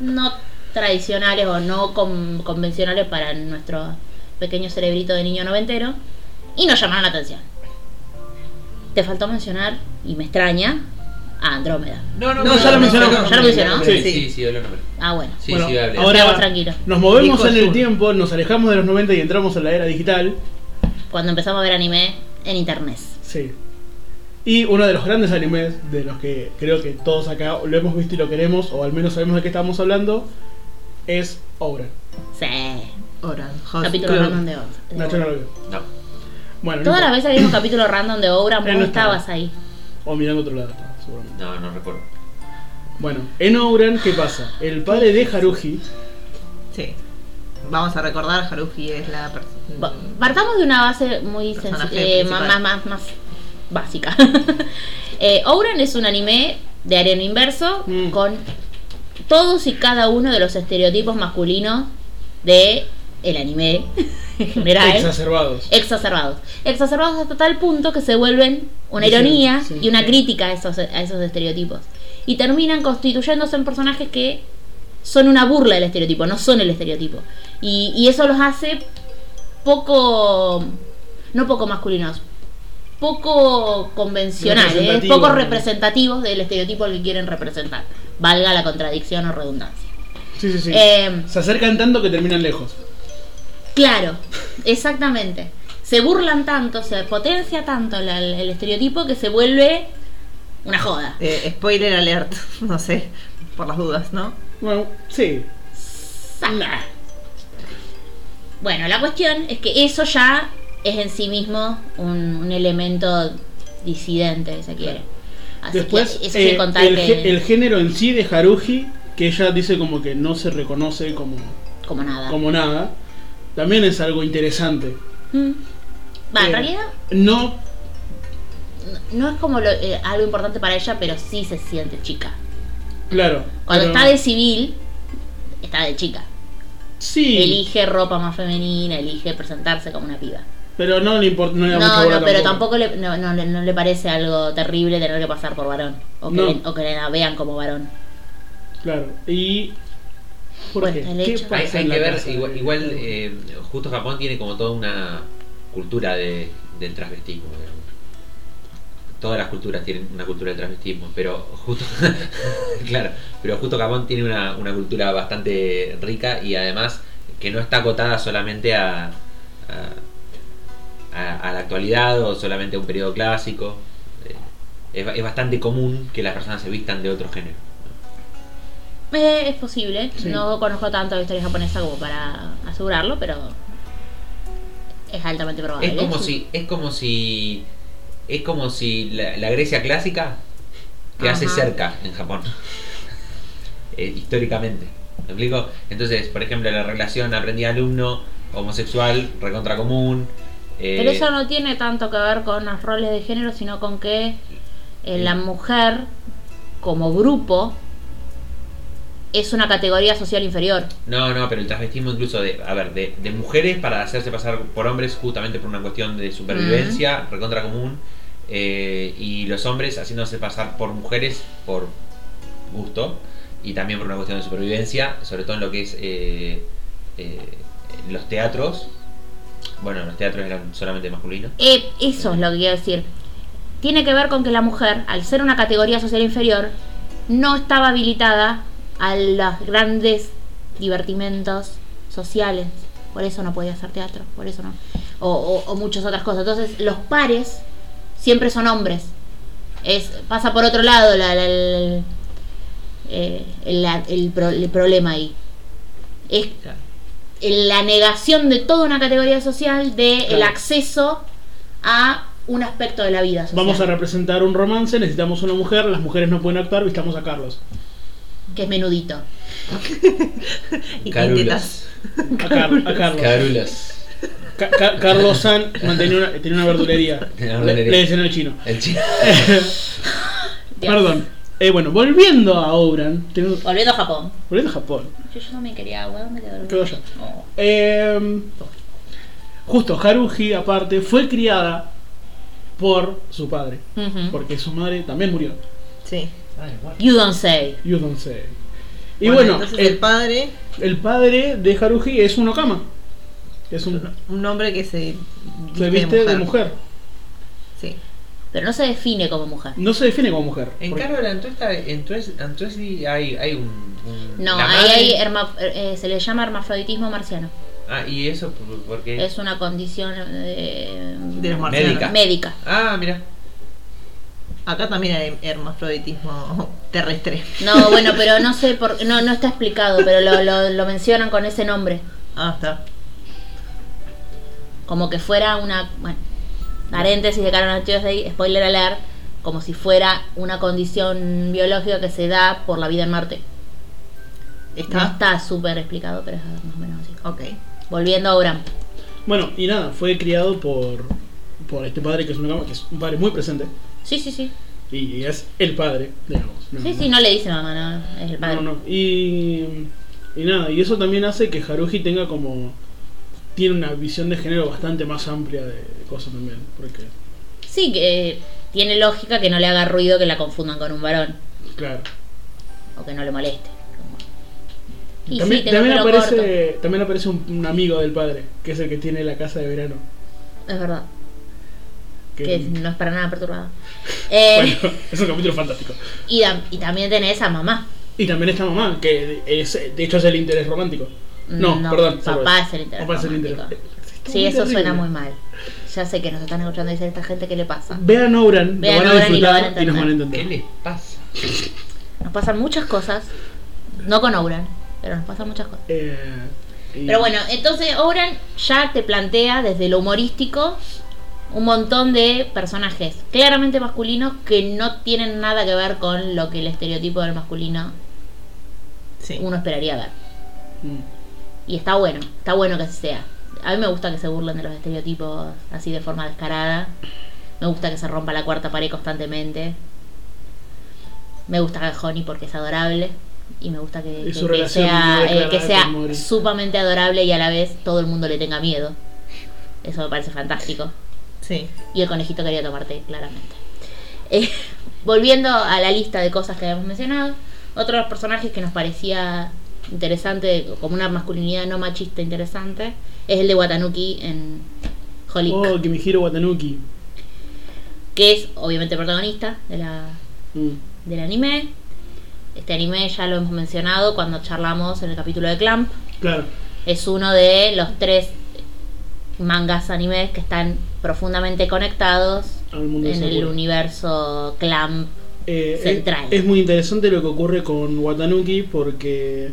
B: no tradicionales o no con- convencionales para nuestro pequeño cerebrito de niño noventero y nos llamaron la atención. Te faltó mencionar, y me extraña, a Andrómeda.
A: No, no,
D: No, ya lo mencionamos.
B: Ya lo mencionamos.
A: Sí,
D: Sí.
A: sí, sí, doy el nombre.
B: Ah, bueno.
A: Sí,
D: Bueno,
A: sí, hablé.
D: ahora
B: Estamos tranquilos.
D: nos movemos
C: Dijo
D: en el
C: Jun.
D: tiempo, nos alejamos de los 90 y entramos a la era digital.
B: Cuando empezamos a ver anime en internet.
D: Sí. Y uno de los grandes animes, de los que creo que todos acá lo hemos visto y lo queremos, o al menos sabemos de qué estamos hablando, es Obra.
B: Sí.
C: Orange House
B: Capítulo
C: Club.
B: random de obra.
D: Nacho no lo vio.
A: No.
D: Bueno, no
B: Todas las
D: importa.
B: veces había un capítulo random de obra, vos
D: Eh, no estaba.
B: estabas ahí.
D: O mirando otro lado, seguramente.
A: No, no recuerdo.
D: Bueno, en Ouran, ¿qué pasa? El padre de Haruji.
C: Sí. Vamos a recordar, Haruji es la persona.
B: Ba- Partamos de una base muy
C: Personaje
B: sencilla, eh, más,
C: principal.
B: más, más, más básica. eh, Ouran es un anime de Areno Inverso
D: Mm.
B: con todos y cada uno de los estereotipos masculinos de el anime en general
D: Exacerbados.
B: Eh, exacerbados. Exacerbados hasta tal punto que se vuelven una
D: Sí,
B: ironía
D: sí.
B: y una crítica a esos, a esos estereotipos. Y terminan constituyéndose en personajes que son una burla del estereotipo, no son el estereotipo. Y, y eso los hace poco, no poco masculinos, poco convencionales, ¿eh?
D: Representativos,
B: poco
D: ¿no?
B: representativos del estereotipo al que quieren representar. Valga la contradicción o redundancia.
D: Sí, sí, sí.
B: Em,
D: Se acercan tanto que terminan lejos.
B: Claro, exactamente. Se burlan tanto, se potencia tanto la- el, el estereotipo que se vuelve una joda.
C: Eh, spoiler alert, no sé, por las dudas, ¿no?
D: Bueno, sí.
B: Sa- Bueno, la cuestión es que eso ya es en sí mismo un, un elemento disidente, si se quiere. Así
D: Después,
B: que eso
D: eh,
B: sin contar
D: el,
B: que
D: gé- el género en sí de Haruji, que ella dice como que no se reconoce como,
B: como nada.
D: como nada, también es algo interesante.
B: Mm. Va, en
D: Eh,
B: realidad
D: No,
B: no es como lo- eh, algo importante para ella, pero sí se siente chica.
D: claro.
B: Cuando
D: pero-
B: está de civil, está de chica.
D: Sí,
B: elige ropa más femenina, elige presentarse como una piba.
D: pero no le importa. No, le da mucha
B: No,
D: bola
B: no, pero tampoco le, no, no le- no le parece algo terrible tener que pasar por varón. O que,
D: No.
B: le, o que la vean como varón.
D: Claro. Y. ¿Por
B: Bueno,
D: qué?
B: el
D: ¿Qué
B: hecho-
A: Hay,
D: pasa
A: hay
D: en
A: que
D: la
A: ver,
D: casa?
A: igual, igual, eh, justo Japón tiene como toda una cultura de, del transvestismo. digamos. Todas las culturas tienen una cultura del transvestismo, pero justo, claro, pero justo Japón tiene una, una cultura bastante rica y además que no está acotada solamente a, a, a- a la actualidad o solamente a un periodo clásico. Eh, Es, ba- es bastante común que las personas se vistan de otro género.
B: Eh, es posible.
D: Sí.
B: No conozco tanto la historia japonesa como para asegurarlo, pero es altamente probable.
A: Es como si, es como si, es como si la, la Grecia clásica que hace
B: Ajá.
A: cerca en Japón, Eh, históricamente. ¿Me explico? Entonces, por ejemplo, la relación aprendiz-alumno homosexual, recontra común. eh,
B: Pero eso no tiene tanto que ver con los roles de género, sino con que eh, la mujer, como grupo, es una categoría social inferior.
A: No, no, pero el transvestismo incluso de, a ver, de, de mujeres para hacerse pasar por hombres justamente por una cuestión de supervivencia, recontra común, eh, y los hombres haciéndose pasar por mujeres por gusto y también por una cuestión de supervivencia, sobre todo en lo que es eh, eh, los teatros. Bueno, los teatros eran solamente masculinos.
B: Eh, eso es lo que quiero decir. Tiene que ver con que la mujer, al ser una categoría social inferior, no estaba habilitada a los grandes divertimentos sociales. Por eso no podía hacer teatro, por eso no. O, o- o muchas otras cosas. Entonces, los pares siempre son hombres. Es, pasa por otro lado la- la- la- eh, la- el pro- el problema ahí. Es la negación de toda una categoría social de el
D: Claro.
B: acceso a un aspecto de la vida social,
D: Vamos a representar un romance, necesitamos una mujer, las mujeres no pueden actuar, vistamos a Carlos.
B: que es menudito.
C: Y
A: Carulas.
D: A, Car- a Carlos.
A: Carulas.
D: Ca- Ca- Carlos San mantenía una, tenía una verdulería.
A: Tenía una
D: Le,
A: verdulería.
D: le decían el chino.
A: El chino.
B: Dios.
D: Perdón. Eh, bueno, volviendo a Obran, tenemos-
B: Volviendo a Japón.
D: volviendo a Japón.
B: Yo, yo no me quería agua, ¿dónde quedó el-
D: Quedó allá.
B: Oh.
D: Eh, justo, Haruji, aparte, fue criada por su padre,
B: Ujú.
D: porque su madre también murió.
C: Sí.
B: Oh. You don't say.
D: You don't say. Y bueno, eh,
C: entonces el
D: el,
C: padre,
D: el padre de Haruji es un Okama. Es un,
C: un hombre que se
D: se viste de mujer.
C: Sí.
B: Pero no se define como mujer.
D: No se define como mujer.
A: En
D: porque-
A: Carol Antuesta, en Tues- Antuesti hay, hay un, un-
B: No,
A: la
B: ahí
A: madre-
B: hay herma- eh, se le llama hermafroditismo marciano.
A: Ah, y eso por- porque.
B: Es una condición eh,
C: De los marcianos.
A: Médica.
B: médica.
A: Ah, mira.
C: Acá también hay hermafroditismo terrestre.
B: No, bueno, pero no sé por no no está explicado, pero lo, lo, lo mencionan con ese nombre.
C: Ah, está.
B: como que fuera una bueno, paréntesis de Carol Tuesday, spoiler alert, como si fuera una condición biológica que se da por la vida en Marte.
D: Ah.
B: No
C: Está.
B: está súper explicado, pero es más o menos así.
C: Ok.
B: Volviendo a Oram.
D: Bueno, y nada, fue criado por, por este padre que es un Okama, que es un padre muy presente.
B: Sí, sí, sí.
D: Y, y es el padre, digamos. No,
B: Sí, sí, no le dice mamá, no, es el padre.
D: No, no. Y, y nada, y eso también hace que Haruji tenga como. Tiene una visión de género bastante más amplia de, de cosas también. Porque,
B: Sí, que eh, tiene lógica que no le haga ruido que la confundan con un varón
D: claro.
B: o que no le moleste. Y
D: También,
B: sí, tenés
D: también
B: pelo
D: aparece, también aparece un, un amigo del padre, que es el que tiene la casa de verano.
B: corto. Es verdad,
D: Que,
B: que no es para nada perturbado. Eh,
D: Bueno, es un capítulo fantástico.
B: y, dam- y también tenés a mamá.
D: Y también está mamá, que es, de hecho es el interés romántico. No, perdón.
B: Papá
D: sorry.
B: es el interés.
D: Papá es el interés.
B: romántico.
D: Está
B: Sí, eso
D: terrible.
B: suena muy mal. Ya sé que nos están escuchando y dicen esta gente qué le pasa.
D: Vean Obran,
B: Vean
D: lo van a
B: Obran y lo
D: disfrutar
B: van a
D: y, nos van a
B: entender.
A: ¿Qué
D: entender.
A: les pasa?
B: Nos pasan muchas cosas. No con Ouran, pero nos pasan muchas cosas.
D: Eh, y-
B: Pero bueno, entonces Ouran ya te plantea desde lo humorístico un montón de personajes claramente masculinos que no tienen nada que ver con lo que el estereotipo del masculino
C: Sí.
B: uno esperaría ver.
D: Mm.
B: Y está bueno, está bueno que así sea. A mí me gusta que se burlen de los estereotipos así de forma descarada. Me gusta que se rompa la cuarta pared constantemente. Me gusta a Honey porque es adorable. Y me gusta que,
D: Y
B: que-
D: su
B: que
D: relación
B: sea,
D: muy
B: eh, que
D: declarada
B: sea
D: con Mori.
B: sumamente adorable y a la vez todo el mundo le tenga miedo. Eso me parece fantástico.
C: Sí.
B: Y el conejito quería tomarte, claramente. Eh, volviendo a la lista de cosas que habíamos mencionado, otro de los personajes que nos parecía interesante, como una masculinidad no machista interesante, es el de Watanuki en Holly,
D: Oh, Kimihiro Watanuki.
B: que es obviamente protagonista de la,
D: Mm.
B: del anime. Este anime ya lo hemos mencionado cuando charlamos en el capítulo de Clamp.
D: Claro.
B: Es uno de los tres mangas animes que están profundamente conectados
D: Al mundo de
B: en el
D: Sakura.
B: universo Clamp
D: Eh, es-
B: central.
D: Es, muy interesante lo que ocurre con Watanuki porque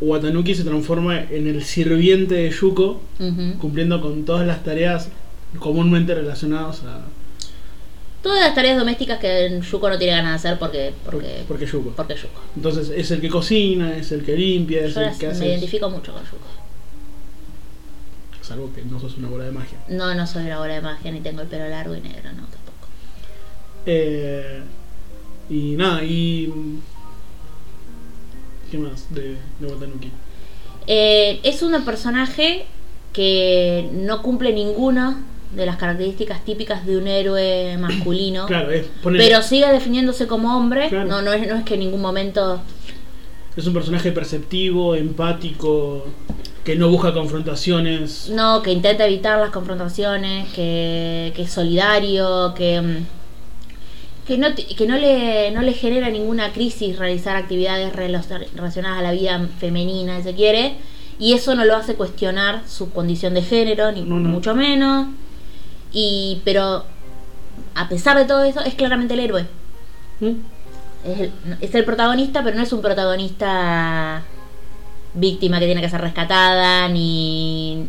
D: Watanuki se transforma en el sirviente de Yuko,
B: Ujú.
D: cumpliendo con todas las tareas comúnmente relacionadas a.
B: Todas las tareas domésticas que Yuko no tiene ganas de hacer porque porque porque,
D: porque Yuko.
B: Yuko.
D: Entonces es el que cocina, es el que limpia, es
B: Yo
D: el
B: las-
D: que
B: me
D: hace.
B: identifico mucho con Yuko.
D: Salvo que no sos una bola de magia.
B: No, no soy una bola de magia ni tengo el pelo largo y negro, no tampoco.
D: Eh, y nada, y. ¿Qué más de, de Watanuki?
B: Eh, es un personaje que no cumple ninguna de las características típicas de un héroe masculino.
D: Claro, es poner.
B: Pero sigue definiéndose como hombre.
D: Claro.
B: No, no es, no es que en ningún momento
D: Es un personaje perceptivo, empático, que no busca confrontaciones.
B: No, que intenta evitar las confrontaciones, que, que es solidario, que, mm, que, no, ti- que no, le, no le genera ninguna crisis realizar actividades relo- relacionadas a la vida femenina, si se quiere, y eso no lo hace cuestionar su condición de género, ni
D: No, no.
B: mucho menos, y pero a pesar de todo eso, es claramente el héroe.
D: ¿Mm?
B: Es el, es el protagonista, pero no es un protagonista víctima que tiene que ser rescatada, ni,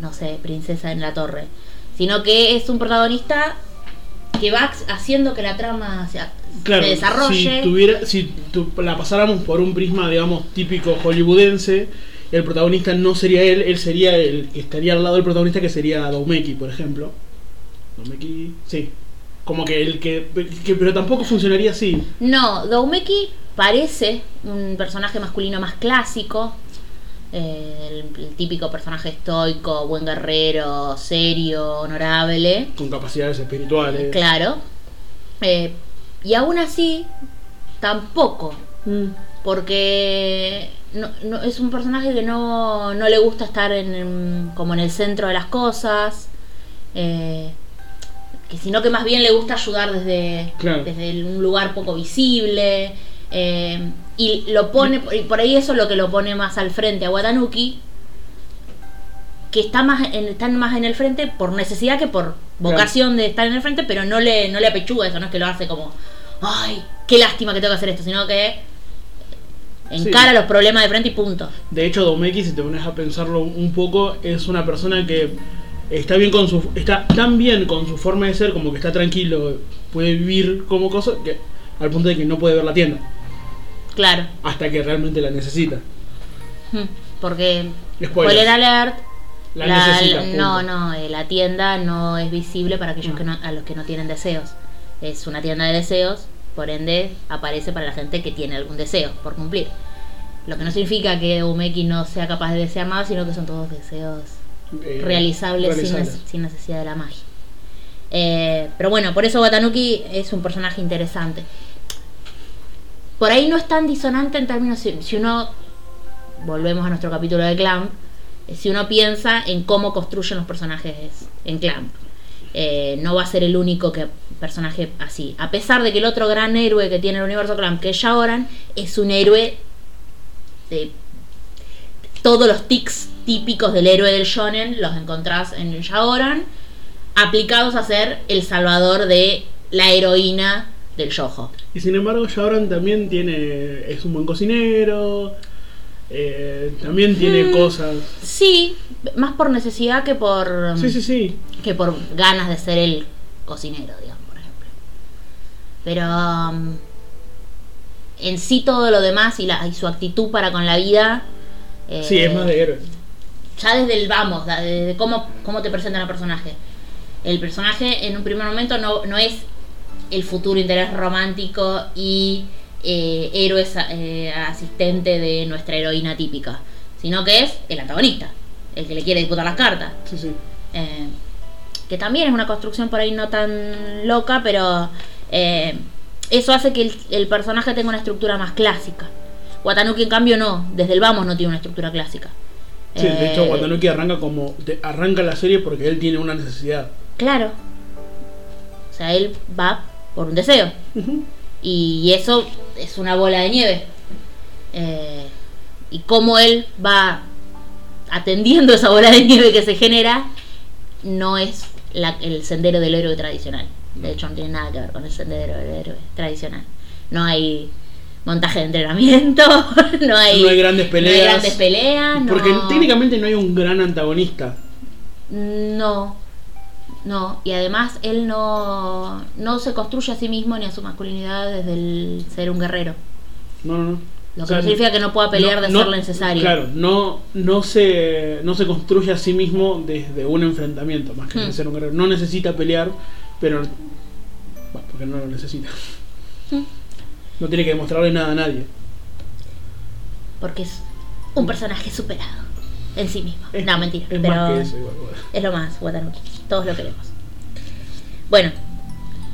B: no sé, princesa en la torre. Sino que es un protagonista que va haciendo que la trama se,
D: Claro,
B: se desarrolle.
D: si, tuviera, si tu- la pasáramos por un prisma, digamos, típico hollywoodense, el protagonista no sería él, él sería el que estaría al lado del protagonista, que sería Doumeki, por ejemplo. Doumeki, sí. Como que el que, que- Pero tampoco funcionaría así.
B: No, Doumeki parece un personaje masculino más clásico. eh, el- el típico personaje estoico, buen guerrero, serio, honorable.
D: Con capacidades espirituales.
B: Claro. Eh, y aún así, tampoco.
D: Mm.
B: Porque no, no- es un personaje que no, no le gusta estar en, en- como en el centro de las cosas. eh, que sino que más bien le gusta ayudar desde,
D: Claro.
B: desde el- un lugar poco visible. eh, y lo pone,
D: Mm.
B: y por ahí eso es lo que lo pone más al frente a Watanuki, que está más en, están más en el frente por necesidad que por vocación de estar en el frente, pero no le, no le apechuga eso, no es que lo hace como, ay, qué lástima que tengo que hacer esto, sino que encara
D: Sí.
B: los problemas de frente y punto.
D: De hecho, Domeki, si te pones a pensarlo un poco, es una persona que está bien con su está tan bien con su forma de ser como que está tranquilo, puede vivir como cosa que al punto de que no puede ver la tienda
B: Claro.
D: hasta que realmente la necesita.
B: Mm, Porque
D: Spoiler.
B: spoiler alert.
D: La necesita, punto.
B: no, no, eh, la tienda no es visible para aquellos que no, a los que no tienen deseos. es una tienda de deseos, por ende aparece para la gente que tiene algún deseo por cumplir. Lo que no significa que Umeki no sea capaz de desear más, sino que son todos deseos
D: Eh,
B: realizables, sin
D: realizables.
B: nece- Sin, necesidad de la magia. Eh, pero bueno, por eso Watanuki es un personaje interesante. Por ahí no es tan disonante en términos, si, si uno, volvemos a nuestro capítulo de Clamp, eh, si uno piensa en cómo construyen los personajes en Clamp. Eh, no va a ser el único que personaje así. A pesar de que el otro gran héroe que tiene el universo Clamp, que es Shaoran, es un héroe de todos los tics típicos del héroe del shonen los encontrás en el Shaoran, aplicados a ser el salvador de la heroína del yojo.
D: Y sin embargo, Shaoran también tiene. es un buen cocinero. eh, también tiene
B: Mm.
D: cosas.
B: Sí, más por necesidad que por mm,
D: Sí, sí, sí.
B: que por ganas de ser el cocinero, digamos, por ejemplo. Pero um, en sí todo lo demás y, la, y su actitud para con la vida. eh,
D: Sí, es más de héroe.
B: ya desde el vamos, da- desde cómo, cómo te presentan al personaje. El personaje en un primer momento no, no es el futuro interés romántico y eh, héroe sa- eh, asistente de nuestra heroína típica, sino que es el antagonista, el que le quiere disputar las cartas.
D: Sí, sí.
B: Eh, que también es una construcción por ahí no tan loca, pero eh, eso hace que el, el personaje tenga una estructura más clásica. Watanuki, en cambio, no, desde el vamos no tiene una estructura clásica.
D: Sí, de hecho,
B: Eh,
D: Watanuki arranca como. te- arranca la serie porque él tiene una necesidad.
B: Claro. O sea, él va por un deseo.
D: Ujú.
B: Y eso es una bola de nieve. Eh, y cómo él va atendiendo esa bola de nieve que se genera, no es la- el sendero del héroe tradicional.
D: Mm.
B: De hecho, no tiene nada que ver con el sendero del héroe tradicional. No hay montaje de entrenamiento, no hay,
D: No hay grandes
B: no hay
D: peleas.
B: grandes peleas, Ah, no-
D: Porque técnicamente no hay un gran antagonista.
B: no. No, y además él no, no se construye a sí mismo ni a su masculinidad desde el ser un guerrero.
D: No, no, no.
B: Lo que
D: O sea,
B: no significa que no pueda pelear
D: no-
B: de
D: no-
B: ser lo necesario.
D: Claro, no, no, se, no se construye a sí mismo desde un enfrentamiento, más que
B: Hmm.
D: de ser un guerrero. No necesita pelear, pero. Bueno, porque no lo necesita.
B: Hmm.
D: No tiene que demostrarle nada a nadie.
B: Porque es un personaje superado en sí mismo.
D: Es-
B: no, mentira.
D: Es
B: pero
D: más que eso, igual. bueno.
B: es lo más, Watanuki. Todos lo queremos. Bueno,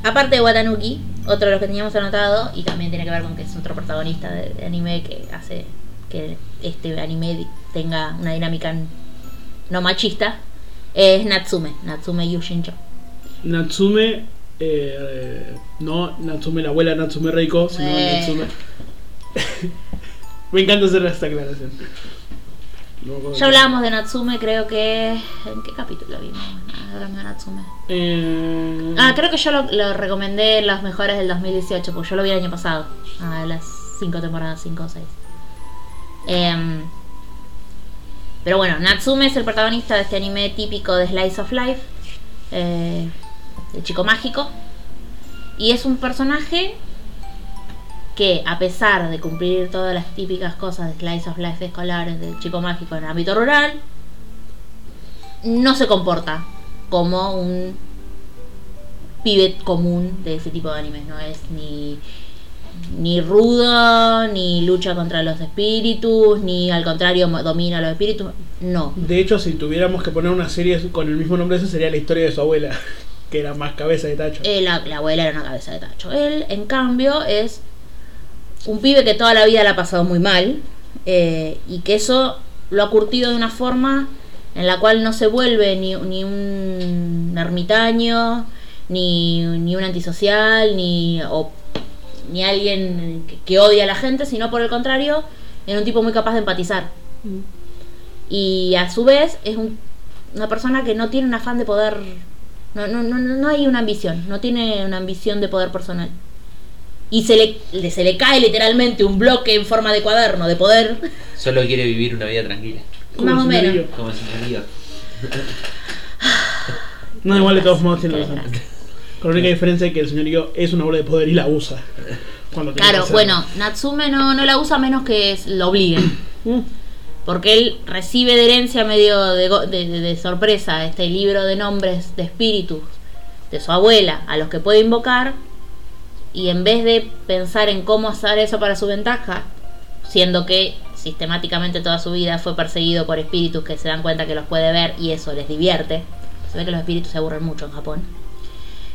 B: aparte de Watanuki, otro de los que teníamos anotado, y también tiene que ver con que es otro protagonista de, de anime que hace que este anime tenga una dinámica n- no machista, es Natsume, Natsume Yushincho.
D: Natsume. eh, no, Natsume, la abuela de Natsume Reiko, sino
B: Bueno.
D: Natsume. Me encanta hacer esta aclaración. No me acuerdo
B: Ya
D: qué-
B: hablábamos de Natsume, creo que... ¿En qué capítulo vimos? Hablando de Natsume.
D: Eh,
B: Ah, creo que yo lo, lo recomendé en los mejores del 2018, porque yo lo vi el año pasado, a las 5 temporadas, 5 o 6. pero bueno, Natsume es el protagonista de este anime típico de Slice of Life, eh, el chico mágico, y es un personaje que a pesar de cumplir todas las típicas cosas de Slice of Life escolares del chico mágico en el ámbito rural, no se comporta como un pibe común de ese tipo de animes. No es ni, ni rudo, ni lucha contra los espíritus, ni al contrario mo- domina los espíritus. No.
D: De hecho, si tuviéramos que poner una serie con el mismo nombre, esa sería la historia de su abuela, que era más cabeza de tacho.
B: Eh, la, la abuela era una cabeza de tacho. Él, en cambio, es un pibe que toda la vida la ha pasado muy mal eh, y que eso lo ha curtido de una forma en la cual no se vuelve ni, ni un ermitaño, ni, ni un antisocial, ni, o- ni alguien que, que odia a la gente, sino por el contrario, era un tipo muy capaz de empatizar. Y a su vez es un- una persona que no tiene un afán de poder, no, no, no, no hay una ambición, no tiene una ambición de poder personal. Y se le, le- se le cae literalmente un bloque en forma de cuaderno de poder.
A: Solo quiere vivir una vida tranquila.
D: Como
B: más o menos.
D: señorío.
A: Como si no diga.
B: Eh,
D: No, igual de todos modos tiene
B: Claro.
D: razón. Con la única diferencia es que el señorío es una bola de poder y la usa. Cuando tiene que
B: Claro,
D: hacerlo.
B: bueno, Natsume no, no la usa a menos que es- lo obliguen.
D: Mm.
B: Porque él recibe de herencia medio de, go- de- de- de sorpresa este libro de nombres de espíritus de su abuela a los que puede invocar y en vez de pensar en cómo hacer eso para su ventaja, siendo que sistemáticamente toda su vida fue perseguido por espíritus que se dan cuenta que los puede ver y eso les divierte, se ve que los espíritus se aburren mucho en Japón.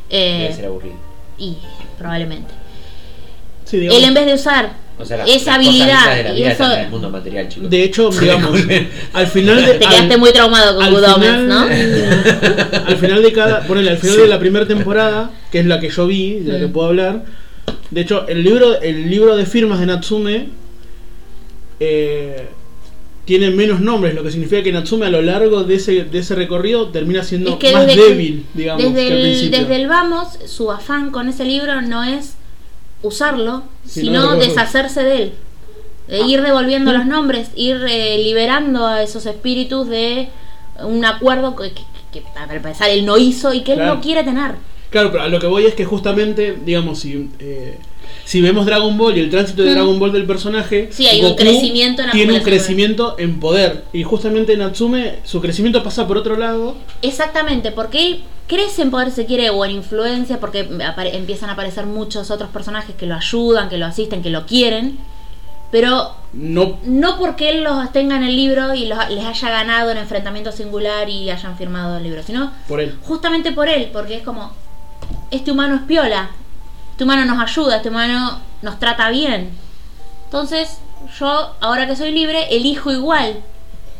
B: Eh,
A: Debe ser aburrido.
B: y probablemente.
D: Sí, digamos,
B: Él en vez de usar
A: O sea, la-
B: esa
A: las cosas lindas
B: habilidad
A: de la
B: y
A: vida
B: eso
A: están en el mundo material, chicos.
D: de hecho, digamos, al final de,
B: te quedaste
D: al-
B: muy traumado con
D: al
B: Good Omens,
D: final- eh,
B: ¿no?
D: Al final de cada, ponele, al final de la primera temporada, que es la que yo vi, de la que
B: Mm.
D: puedo hablar. De hecho, el libro, el libro de firmas de Natsume eh, tiene menos nombres, lo que significa que Natsume a lo largo de ese, de ese recorrido termina siendo
B: Es que
D: más
B: desde que-
D: débil, digamos,
B: desde,
D: que al
B: el,
D: principio.
B: desde el vamos, su afán con ese libro no es usarlo,
D: Sí,
B: sino
D: no, Ah. no, no.
B: deshacerse de él. Eh, ir
D: Mm.
B: devolviendo los nombres, ir eh, liberando a esos espíritus de un acuerdo que, que- que para empezar él no hizo y que él
D: Claro.
B: no quiere tener.
D: Claro, pero a lo que voy es que justamente, digamos, si, eh, si vemos Dragon Ball y el tránsito de
B: Mm.
D: Dragon Ball del personaje,
B: Sí, hay un crecimiento en
D: tiene un
B: acumulación de-
D: crecimiento en poder. Y justamente Natsume, su crecimiento pasa por otro lado.
B: Exactamente, porque él crece en poder se quiere o en influencia, porque apare- empiezan a aparecer muchos otros personajes que lo ayudan, que lo asisten, que lo quieren, pero
D: No
B: no porque él los tenga en el libro y los- les haya ganado en enfrentamiento singular y hayan firmado el libro, sino
D: por él.
B: justamente por él, porque es como, este humano es piola, este humano nos ayuda, este humano nos trata bien. Entonces, yo, ahora que soy libre, elijo igual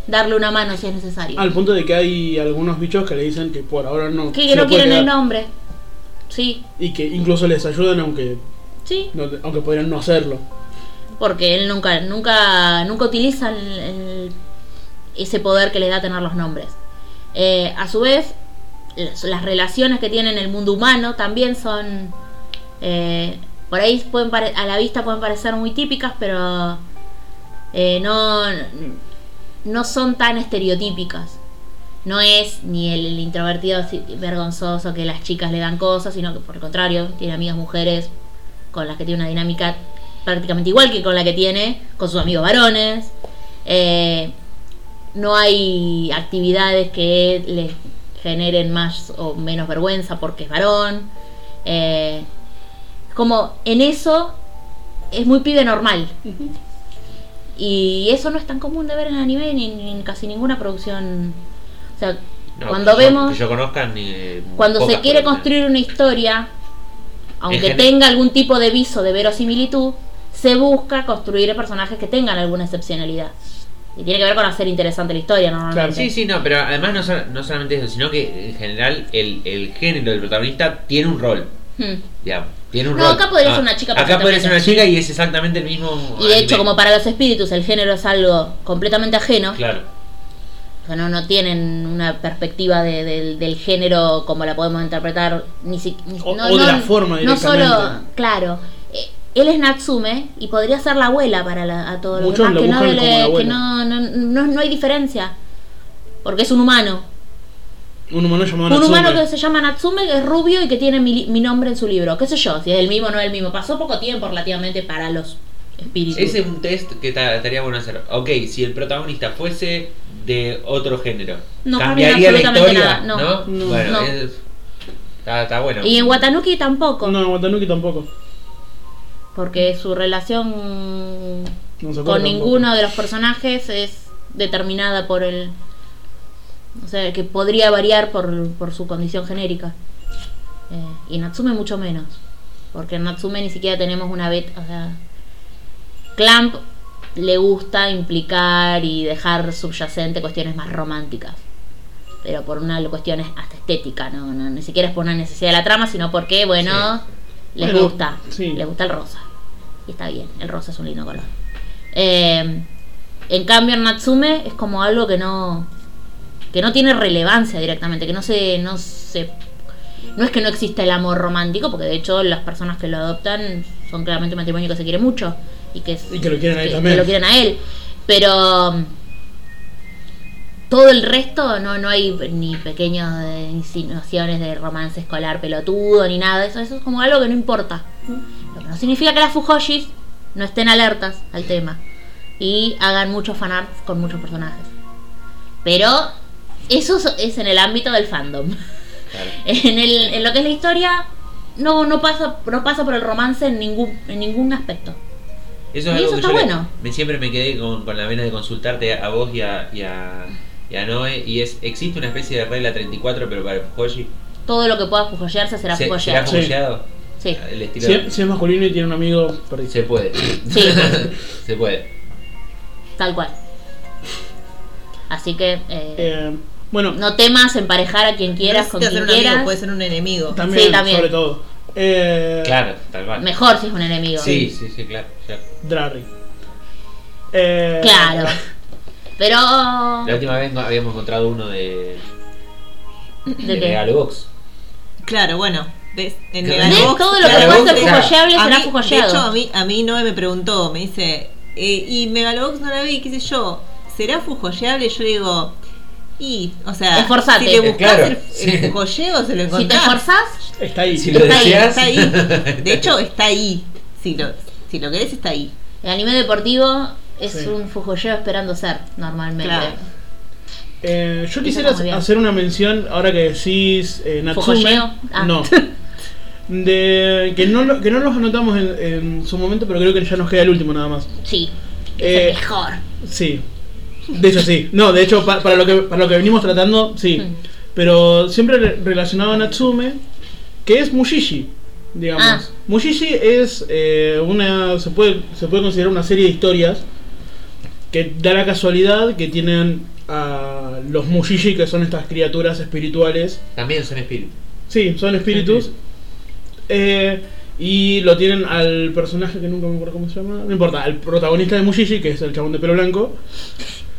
B: darle una mano si es necesario.
D: Al punto de que hay algunos bichos que le dicen que por ahora no.
B: que
D: se
B: no
D: lo puede
B: quieren el
D: quedar.
B: nombre. Sí,
D: Y que incluso les ayudan aunque
B: sí,
D: no- aunque podrían no hacerlo.
B: porque él nunca, nunca, nunca utiliza el- el- ese poder que le da tener los nombres. Eh, a su vez, las, las relaciones que tiene en el mundo humano también son, eh, por ahí pueden pare- a la vista pueden parecer muy típicas, pero eh, no, no son tan estereotípicas. No es ni el, introvertido así vergonzoso que las chicas le dan cosas, sino que por el contrario, tiene amigas mujeres con las que tiene una dinámica prácticamente igual que con la que tiene con sus amigos varones. Eh, no hay actividades que le generen más o menos vergüenza porque es varón. Eh, como en eso es muy pibe normal. Y eso no es tan común de ver en anime ni ni en casi ninguna producción. O sea,
A: No,
B: cuando
A: que yo-
B: vemos
A: que yo conozca, ni- eh,
B: cuando se
A: pocas
B: quiere
A: personas.
B: construir una historia, aunque
A: En gener-
B: tenga algún tipo de viso de verosimilitud, se busca construir personajes que tengan alguna excepcionalidad. Y tiene que ver con hacer interesante la historia normalmente.
A: Sí, sí, no, pero además no, so- no solamente eso, sino que en general el, el género del protagonista tiene un rol,
B: Hmm.
A: digamos. Tiene un
B: No,
A: rol. Ah,
B: acá podría ser una chica
A: Acá podría ser una
B: perfectamente.
A: chica y es exactamente el mismo.
B: Y de hecho,
A: anime.
B: como para los espíritus el género es algo completamente ajeno,
A: Claro.
B: o sea, no, no tienen una perspectiva de- del- del género como la podemos interpretar, ni siquiera...
D: O- o de la forma
B: No
D: directamente.
B: solo, claro. Eh, Él es Natsume y podría ser la abuela para la- a todos los
D: Muchos
B: demás,
D: lo
B: que, no,
D: buscan como la
B: le- que
D: abuela.
B: no, no, no, no hay diferencia, porque es un humano.
D: Un humano llamado
B: un
D: Natsume.
B: humano que se llama Natsume, que es rubio y que tiene mi, li- mi nombre en su libro, qué sé yo, si es el mismo o no es el mismo. Pasó poco tiempo relativamente para los espíritus.
A: Ese es un test que ta- estaría bueno hacer. Ok, si el protagonista fuese de otro género,
B: No cambia
A: ¿cambiaría la
B: absolutamente
A: historia?
B: nada, no.
A: No.
D: No.
A: Bueno,
B: No.
A: es- está, está bueno.
B: Y en Watanuki tampoco,
D: No, Watanuki tampoco.
B: porque su relación
D: No se
B: con
D: acuerda tampoco.
B: ninguno de los personajes es determinada por el. O sea, que podría variar por, por su condición genérica. Eh, y en Natsume mucho menos. Porque en Natsume ni siquiera tenemos una beta. O sea, Clamp le gusta implicar y dejar subyacente cuestiones más románticas. Pero por una cuestión es hasta estética, ¿no? No- ni siquiera es por una necesidad de la trama, sino porque, bueno, les
D: Bueno,
B: gusta.
D: sí.
B: Les gusta el rosa. Y está bien, el rosa es un lindo color. Eh, en cambio, en Natsume es como algo que no. que no tiene relevancia directamente, que no se. no se. No es que no exista el amor romántico, porque de hecho las personas que lo adoptan son claramente un matrimonio que se quiere mucho y que,
D: Y que lo quieren a él
B: que-
D: también.
B: que lo quieren a él. Pero mm, todo el resto no, no hay ni pequeñas eh, insinuaciones de romance escolar pelotudo ni nada de eso. Eso es como algo que no importa. Lo que no significa que las Fujoshis no estén alertas al tema y hagan muchos fanarts con muchos personajes. Pero eso es- es en el ámbito del fandom.
A: Claro.
B: En, el- en lo que es la historia, no, no pasa, no pasa por el romance en ningún, en ningún aspecto.
A: Eso
B: Y
A: es algo
B: eso
A: que
B: está
A: yo le-
B: bueno.
A: me, siempre me quedé con, con la vena de consultarte a vos y a, y a, y a Noé. Y es, existe una especie de regla 34, pero para Fujoshi.
B: Todo lo que pueda fujoyarse será
A: ¿Se-
B: fujoyar.
D: Sí.
A: fujoyeado?
B: Sí.
A: El estilo
D: Si, es- si es masculino y tiene un amigo, perdiste.
A: Se puede.
B: Sí.
A: se puede.
B: tal cual. Así que eh,
D: Eh, bueno,
B: no temas emparejar a quien quieras,
C: No
B: con
C: necesita ser
B: quien
C: un
B: quieras.
C: amigo, pues. puede ser un enemigo.
D: también,
B: sí, también.
D: sobre todo. Eh,
A: Claro, tal cual.
B: Mejor si es un enemigo.
A: Sí, sí, sí, claro. claro.
D: Drarry. Eh,
B: Claro. Pero.
A: La última vez no- habíamos encontrado uno de.
B: ¿De qué?
A: Galobox.
C: Claro, bueno. ¿Ves? En
A: ¿Ves?
C: Megalobox-
B: Todo lo que
A: Claro,
B: pueda ser
A: vos-
C: Megalobox-
B: fujoyeable
C: A
B: será
C: mí-
B: fujoyeado.
C: De hecho, a mí, a mí Noé me preguntó, me dice, eh, y Megalobox no la vi, qué sé yo, ¿será fujoyeable? Yo le digo, y, o sea,
B: Esforzate.
C: si le
B: Eh,
C: buscas
A: claro,
C: el,
A: sí.
C: el fujoyeo, se lo
B: si te
C: encontrás.
B: esforzás,
D: Está ahí.
A: Si lo
B: Está ahí,
A: deseas.
C: está ahí. De hecho, está ahí. Si lo, si lo querés, está ahí.
B: el anime deportivo es
D: Sí.
B: un fujoyeo esperando ser, normalmente.
C: Claro.
D: Eh, yo quisiera
B: Muy bien.
D: hacer una mención, ahora que decís eh, Natsume.
B: ¿Focolleo? Ah.
D: No. De, que, no lo- que no los anotamos en, en su momento, pero creo que ya nos queda el último nada más.
B: Sí. es
D: Eh,
B: el mejor.
D: Sí. De hecho, sí. No, de hecho, pa- para, lo que, para lo que venimos tratando, sí.
B: Mm.
D: Pero siempre re- relacionado a Natsume, que es Mushishi, digamos.
B: Ah.
D: Mushishi es eh, una. Se puede, se puede considerar una serie de historias que da la casualidad que tienen a los Mushishi, que son estas criaturas espirituales
A: También son espíritus.
D: Sí, son espíritus. Eh, y lo tienen al personaje que nunca me acuerdo cómo se llama. No importa, al protagonista de Mushishi, que es el chabón de pelo blanco.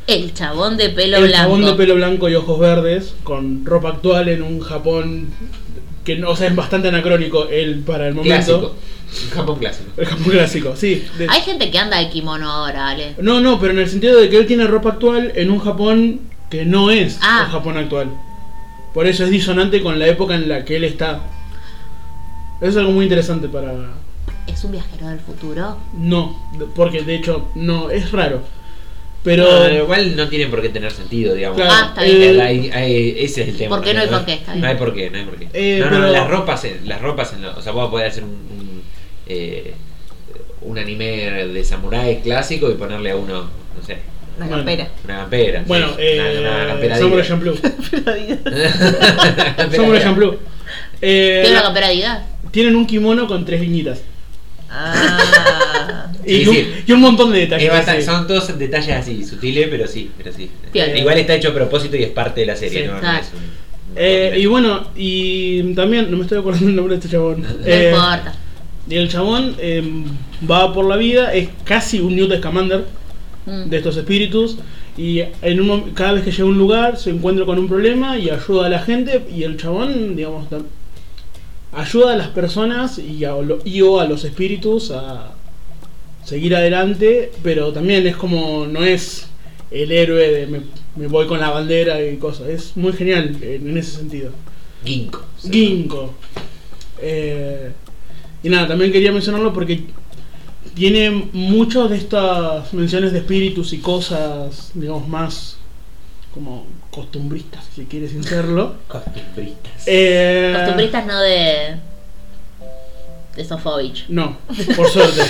B: El chabón de pelo
D: el
B: blanco.
D: chabón de pelo blanco y ojos verdes, con ropa actual en un Japón que no, o sea, es bastante anacrónico él para el
A: Clásico.
D: momento.
A: Un Japón clásico.
D: El Japón clásico, sí. De-
B: Hay gente que anda de kimono ahora, Ale.
D: No, no, pero en el sentido de que él tiene ropa actual en un Japón que no es
B: Ah.
D: el Japón actual. Por eso es disonante con la época en la que él está. Es algo muy interesante para,
B: ¿Es un viajero del futuro?
D: No, de- porque de hecho no, es raro. Pero
A: No, igual no tienen por qué tener sentido, digamos.
D: Claro,
B: Ah, está
D: eh,
B: bien.
A: Hay- hay- ese es el tema.
B: Porque no hay por qué, está bien.
A: No hay por qué, no hay por qué.
D: Eh,
A: no, no,
D: pero-
A: las ropas, en- las ropas en lo- o sea, vos podés hacer un, un, eh, un anime de samurái clásico y ponerle a uno, no sé,
C: Una
D: Bueno.
C: campera.
A: una campera.
D: bueno,
A: sí,
D: eh,
A: una, una campera
D: Samurai
A: diva.
D: Champloo.
A: Campera
D: Samurai
A: diva.
D: Champloo. Eh,
B: ¿Tiene una campera de edad?
D: tienen un kimono con tres viñitas.
C: Ah,
D: Y,
A: Sí,
D: un,
A: sí.
D: y un montón de
A: Es
D: detalles.
A: bastante-
D: sí.
A: Son todos detalles así, sutiles, pero sí, pero sí.
B: Bien.
A: Igual está hecho a propósito y es parte de la serie,
D: Sí.
A: ¿no? No
B: Ah.
A: es un-
D: Eh, y bueno, y también, no me estoy acordando el nombre de este chabón.
A: No
B: No
D: Eh,
B: importa.
D: y el chabón eh, va por la vida, es casi un Newt Scamander.
B: Mm.
D: de estos espíritus y en un, mom- cada vez que llega a un lugar se encuentra con un problema y ayuda a la gente y el chabón, digamos, tam- ayuda a las personas y, a, lo- y o a los espíritus a seguir adelante, pero también es como, no es el héroe de me, me voy con la bandera y cosas, es muy genial en, en ese sentido.
A: Ginkgo. sí.
D: Ginkgo. Eh, y nada, también quería mencionarlo porque tiene muchas de estas menciones de espíritus y cosas, digamos, más como costumbristas, si quieres sin serlo.
A: Costumbristas.
D: Eh,
B: Costumbristas no de. de Sofovich.
D: No, por suerte.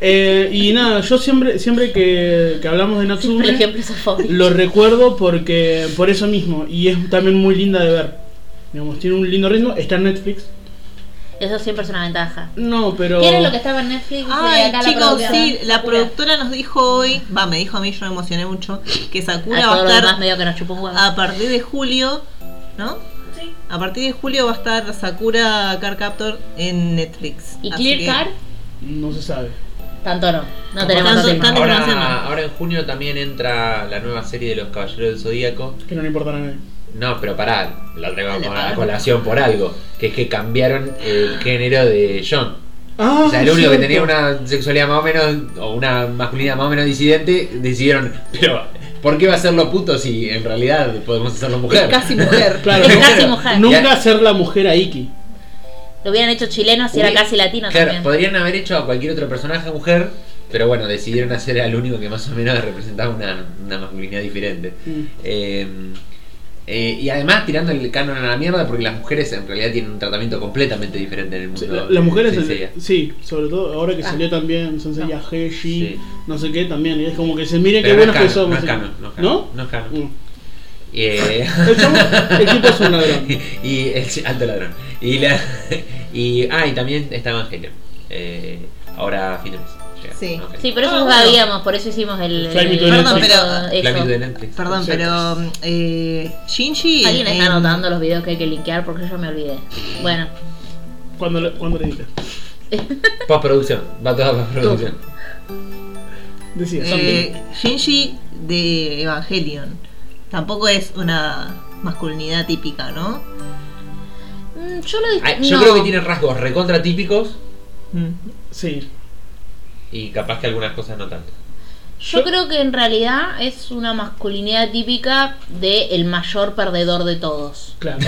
D: Eh, y nada, yo siempre siempre que, que hablamos de
B: Por
D: Natsume,
B: ejemplo, Sofovich.
D: lo recuerdo porque por eso mismo, y es también muy linda de ver. Digamos, tiene un lindo ritmo, está en Netflix.
B: Eso siempre es una ventaja.
D: No, pero...
B: ¿Qué era lo que estaba en Netflix?
C: Ay,
B: Acá la
C: chicos,
B: productora.
C: sí, la
B: Pura.
C: productora nos dijo hoy, va, me dijo a mí, yo me emocioné mucho, que
B: A
C: Sakura
B: todo
C: va
B: lo
C: a
B: demás
C: estar
B: medio que nos chupó un huevo.
C: a partir de julio, ¿no?
E: Sí.
C: A partir de julio va a estar Sakura Car Captor en Netflix.
B: ¿Y
C: Así
B: Clear
C: que-
B: Card?
D: No se sabe.
B: Tanto no. Ah, No tenemos
C: tanto-
B: tanto
C: tanto-
B: tiempo.
A: Ahora,
C: conocemos.
A: ahora en junio también entra la nueva serie de los Caballeros del Zodíaco.
D: Que no le importa a nadie.
A: No, pero pará, la traigo
C: Dale,
A: con-
C: pará.
A: a colación por algo, que es que cambiaron el género de John.
D: Ah,
A: O sea, el único que
D: cierto.
A: tenía una sexualidad más o menos, o una masculinidad más o menos disidente, decidieron, pero ¿por qué va a hacerlo puto si en realidad podemos hacerlo mujer?
C: Es casi mujer.
D: Claro,
B: Es
D: nunca-
B: casi mujer.
D: Nunca hacer la mujer a Iki.
B: Lo hubieran hecho chileno si era
A: Hubiera-
B: casi latino
A: Claro,
B: también.
A: podrían haber hecho a cualquier otro personaje mujer, pero bueno, decidieron hacer al único que más o menos representaba una, una masculinidad diferente. Eh, Eh, y además tirando el canon a la mierda porque las mujeres en realidad tienen un tratamiento completamente diferente en el
D: Sí,
A: mundo.
D: la-
A: de
D: las mujeres, en-
A: Saint Seiya.
D: sí, sobre todo ahora que
B: Ah.
D: salió también Sensei no.
A: Sí.
D: no sé qué también, y es como que se mire qué
A: Pero no
D: buenos
A: es
D: que
A: canon, no
D: somos.
A: es
D: sí.
A: canon, no es canon,
D: ¿No?
A: no es canon.
D: No.
A: Eh,
D: El, chamo- el tipo es un ladrón.
A: y el sí, alto ladrón. Y la y ah, y también está Evangelion. Eh, ahora a finales. llega
C: Sí.
A: Evangelion.
B: Sí, pero eso
C: Ah,
B: lo
C: bueno.
B: sabíamos, por eso hicimos el.
D: Fly me to
B: el-
D: the Perdón,
B: el-
C: pero-
B: eso.
A: La mitad de Netflix.
C: Perdón,
D: Sí.
C: pero eh, Shinji.
B: Alguien
C: eh,
B: está anotando los videos que hay que linkear porque yo me olvidé. Bueno,
D: Cuando, le- cuando le dices.
A: Postproducción, va toda postproducción.
D: Decía,
C: eh, Shinji de Evangelion. Tampoco es una masculinidad típica, ¿no?
B: Mm, yo lo dis-
A: Ah, Yo
B: no.
A: creo que tiene rasgos recontra típicos
C: Mm.
D: sí.
A: y capaz que algunas cosas no tanto.
B: Yo
D: Yo-
B: creo que en realidad es una masculinidad típica de el mayor perdedor de todos.
D: Claro.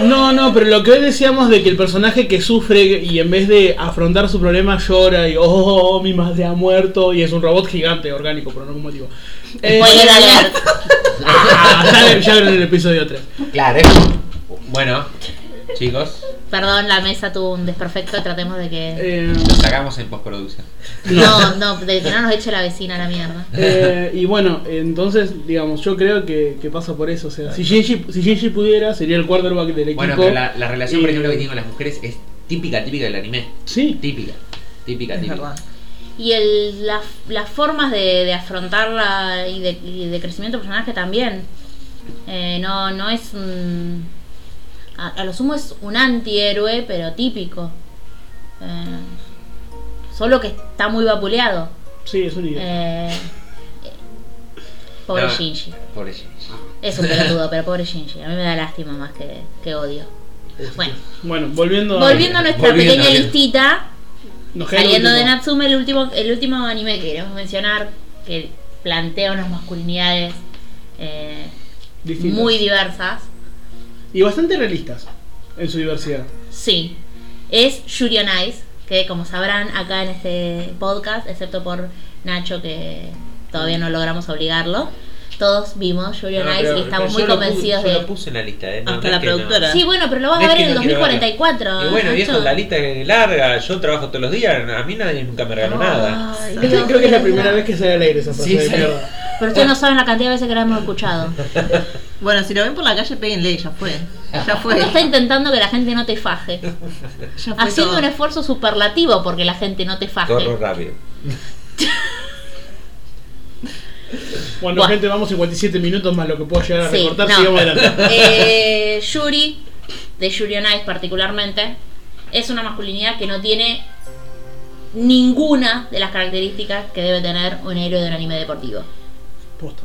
D: No, no, pero lo que hoy decíamos de que el personaje que sufre y en vez de afrontar su problema llora y oh, oh, oh, mi madre ha muerto y es un robot gigante orgánico por algún motivo. Eh,
B: Spoiler alert.
D: ah, ya, ya en el episodio 3.
A: Claro, bueno, chicos,
B: Perdón, la mesa tuvo un desperfecto, tratemos de que...
D: Eh,
A: lo sacamos en postproducción.
B: No, no, de que no nos eche la vecina a la mierda.
D: eh, y bueno, entonces, digamos, yo creo que, que pasa por eso. O sea, si Shinji, si Shinji pudiera, sería el quarterback del equipo.
A: Bueno, pero la, la relación, por
D: Y-
A: ejemplo, que tiene con las mujeres es típica, típica del anime.
D: Sí,
A: Típica, típica,
C: Es
A: típica.
C: verdad.
B: Y el, las- las formas de, de afrontarla y de, y de crecimiento de personaje también. Eh, no, no es un- a, a lo sumo es un antihéroe, pero típico. Eh, solo que está muy vapuleado.
D: sí, es una idea.
B: Eh, pobre
A: No.
B: Shinji.
A: Por eso.
B: Es un pelotudo, pero pobre Shinji. A mí me da lástima más que, que odio. Bueno,
D: Bueno, volviendo
B: volviendo a nuestra
A: Volviendo,
B: pequeña
A: bien.
B: listita.
D: nos queda el
B: Saliendo de
D: último.
B: Natsume, el último, el último anime que queremos mencionar, que plantea unas masculinidades eh,
D: Distintas.
B: muy diversas,
D: Y bastante realistas en su diversidad.
B: sí, es Shuri on Ice, que como sabrán acá en este podcast, excepto por Nacho que todavía no logramos obligarlo, todos vimos Shuri on
A: No,
B: Ice
A: pero-
B: y estamos
A: pero
B: muy
A: yo lo puse-
B: convencidos
A: Yo
B: de...
A: lo puse en la lista, ¿eh?
C: Hasta
A: es
C: la
A: que no.
C: productora.
B: Sí, bueno, pero lo vas
A: No es
B: a ver
A: que
B: en el
A: no quiero verlo.
B: 2044.
A: Y bueno, viejo,
B: Nacho.
A: la lista es larga, yo trabajo todos los días, a mí nadie nunca me
B: Ah.
A: regaló nada.
B: Ay,
D: Creo
B: Dios,
D: que- creo que es la
B: Dios,
D: primera
B: Dios.
D: vez que sale al aire esa frase
A: Sí,
D: de
A: sí.
D: mierda.
B: Pero ustedes no saben la cantidad de veces que la hemos escuchado.
C: Bueno, si lo ven por la calle, péguenle, ya fue. Ya fue.
B: Uno está intentando que la gente no te faje.
C: Ya fue
B: Haciendo
C: todo.
B: un esfuerzo superlativo porque la gente no te faje.
A: Corro rápido.
D: Bueno,
B: Buah.
D: gente, vamos 57 minutos más lo que puedo llegar a
B: Sí,
D: recortar.
B: no.
D: Sigamos adelante.
B: Eh, Yuri, de Yuri on Ice particularmente, es una masculinidad que no tiene ninguna de las características que debe tener un héroe de un anime deportivo.
D: Posta.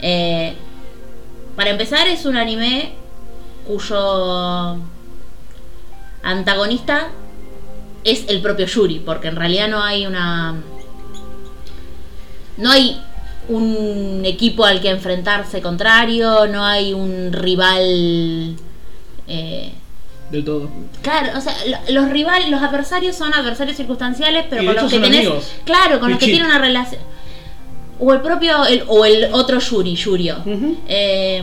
B: Eh, para empezar, es un anime cuyo antagonista es el propio Yuri, porque en realidad no hay una. No hay un equipo al que enfrentarse contrario, no hay un rival. eh,
D: Del todo.
B: Claro, o sea, lo- los rivales, los adversarios son adversarios circunstanciales, pero
D: Y
B: con
D: de hecho
B: los que
D: son
B: tenés,
D: amigos.
B: claro, con
D: Y
B: los que
D: chicos.
B: tiene una relación o el propio el- o el otro Yuri, Yurio.
D: Ujú.
B: Eh,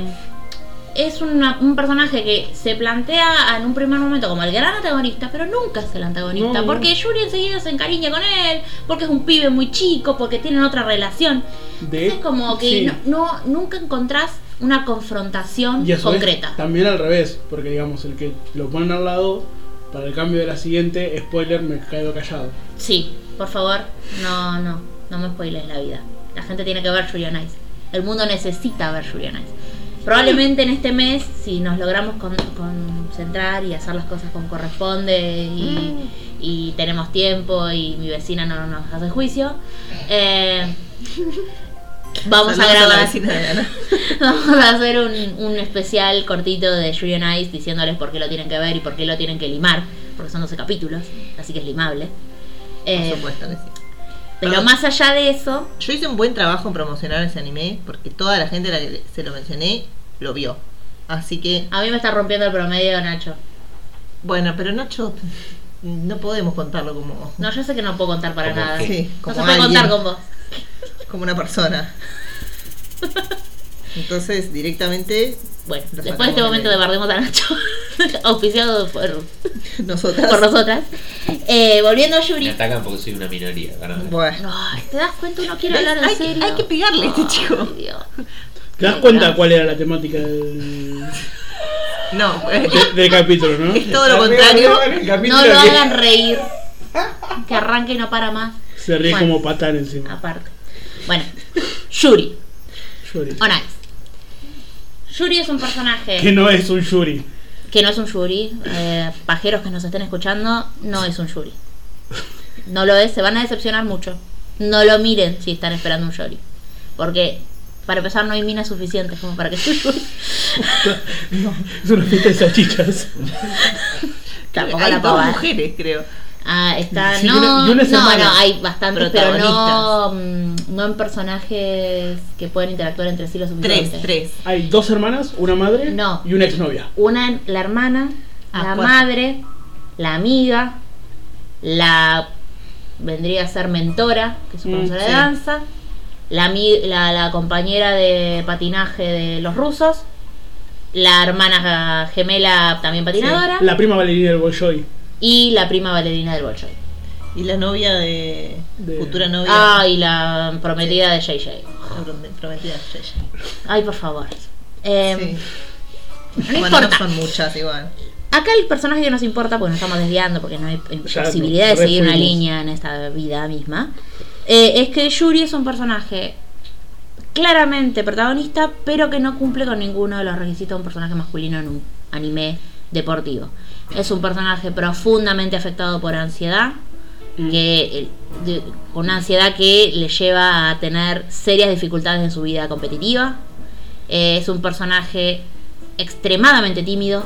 B: es una- un personaje que se plantea en un primer momento como el gran antagonista, pero nunca es el antagonista,
D: No, no.
B: porque Yuri enseguida se encariña con él, porque es un pibe muy chico, porque tienen otra relación.
D: De-
B: es como que
D: sí.
B: no, no- nunca encontrás una confrontación
D: Y a su vez,
B: concreta.
D: también al revés, porque digamos, el que lo ponen al lado para el cambio de la siguiente, spoiler, me quedo callado.
B: Sí, por favor, no, no, no me spoiles la vida. La gente tiene que ver Julian Ice. El mundo necesita ver Julian Ice. Probablemente en este mes, si nos logramos con- concentrar y hacer las cosas como corresponde
C: Mm.
B: y, y tenemos tiempo y mi vecina no nos hace juicio, eh, vamos a
C: Saludos la
B: grabar.
C: vecina de Ana.
B: Vamos a hacer un, un especial cortito de Julian Ice diciéndoles por qué lo tienen que ver y por qué lo tienen que limar, porque son 12 capítulos, así que es limable. Eh,
C: Por supuesto que sí.
B: pero
C: Perdón.
B: más allá de eso,
C: Yo hice un buen trabajo en promocionar ese anime porque toda la gente a la que se lo mencioné lo vio. Así que,
B: a mí me está rompiendo el promedio, Nacho.
C: bueno, pero Nacho, no podemos contarlo como,
B: No, yo sé que no puedo contar para
A: Como
B: nada.
A: que-
C: sí,
B: no
C: como
B: se puede
C: alguien,
B: contar con vos.
C: como una persona. Entonces, directamente,
B: Bueno, después
C: Lo
B: de este
C: sacamos
B: momento
C: de-
B: de Bardemos a Nacho, auspiciado por,
C: nosotras.
B: por nosotras, eh, volviendo a
A: Me
B: Yuri.
A: atacan porque soy una minoría. perdón.
C: Bueno.
B: Ay, ¿Te das cuenta? Uno quiere
C: ¿Ves?
B: hablar en
C: Hay que-
B: serio.
C: hay que pegarle a este
B: Ay,
C: chico.
B: Dios.
D: ¿Te das
B: Sí,
D: cuenta
B: claro.
D: cuál era la temática del,
C: No, eh,
D: de- del capítulo, no?
C: es todo lo
E: Arriba,
C: contrario.
E: arriba en el capítulo
B: No lo
E: que-
B: hagan reír. Que arranque y no para más.
D: Se ríe
B: Bueno. Ah.
D: como patán encima.
B: Aparte. Bueno, Yuri.
D: Yuri.
B: On Ice. Yuri es un personaje
D: Que no es un Yuri.
B: que no es un Yuri. Eh, pajeros que nos estén escuchando, no es un Yuri. No lo es, se van a decepcionar mucho. No lo miren si están esperando un Yuri. Porque para empezar no hay minas suficientes como para que sea un Yuri.
D: Es una fiesta de salchichas.
B: Tampoco
C: hay
B: la
C: dos
B: pava.
C: mujeres, creo.
B: Ah, está.
D: Sí, y
B: no,
D: una- y una es
B: no,
D: hermana.
B: no, hay bastantes, pero no,
C: Protagonistas.
B: mm, no en personajes que puedan interactuar entre sí lo suficiente.
C: Tres, tres.
D: Hay dos hermanas, una madre
B: No.
D: y una exnovia.
B: Una, la hermana,
C: Ah,
B: la
C: cuatro.
B: madre, la amiga, la vendría a ser mentora, que es su
D: Mm,
B: profesora
C: sí.
B: de danza, la, ami- la, la compañera de patinaje de los rusos, la hermana gemela también patinadora
D: La prima bailarina del Bolshoi.
B: y la prima bailarina del Bolshoi.
C: Y la novia de.
D: De-
C: Futura novia.
B: Ah, y la prometida de JJ.
C: La prom- Prometida de Yaya.
B: Ay, por favor. Eh,
C: Sí.
B: no
C: Bueno, no
B: importa.
C: son muchas igual.
B: Acá el personaje que nos importa, porque nos estamos desviando, porque no hay eh,
D: Ya,
B: posibilidad de
D: re
B: seguir una
D: fuimos.
B: línea en esta vida misma, eh, es que Yuri es un personaje claramente protagonista, pero que no cumple con ninguno de los requisitos de un personaje masculino en un anime deportivo. Es un personaje profundamente afectado por ansiedad, que eh, de- con una ansiedad que le lleva a tener serias dificultades en su vida competitiva. Eh, es un personaje extremadamente tímido,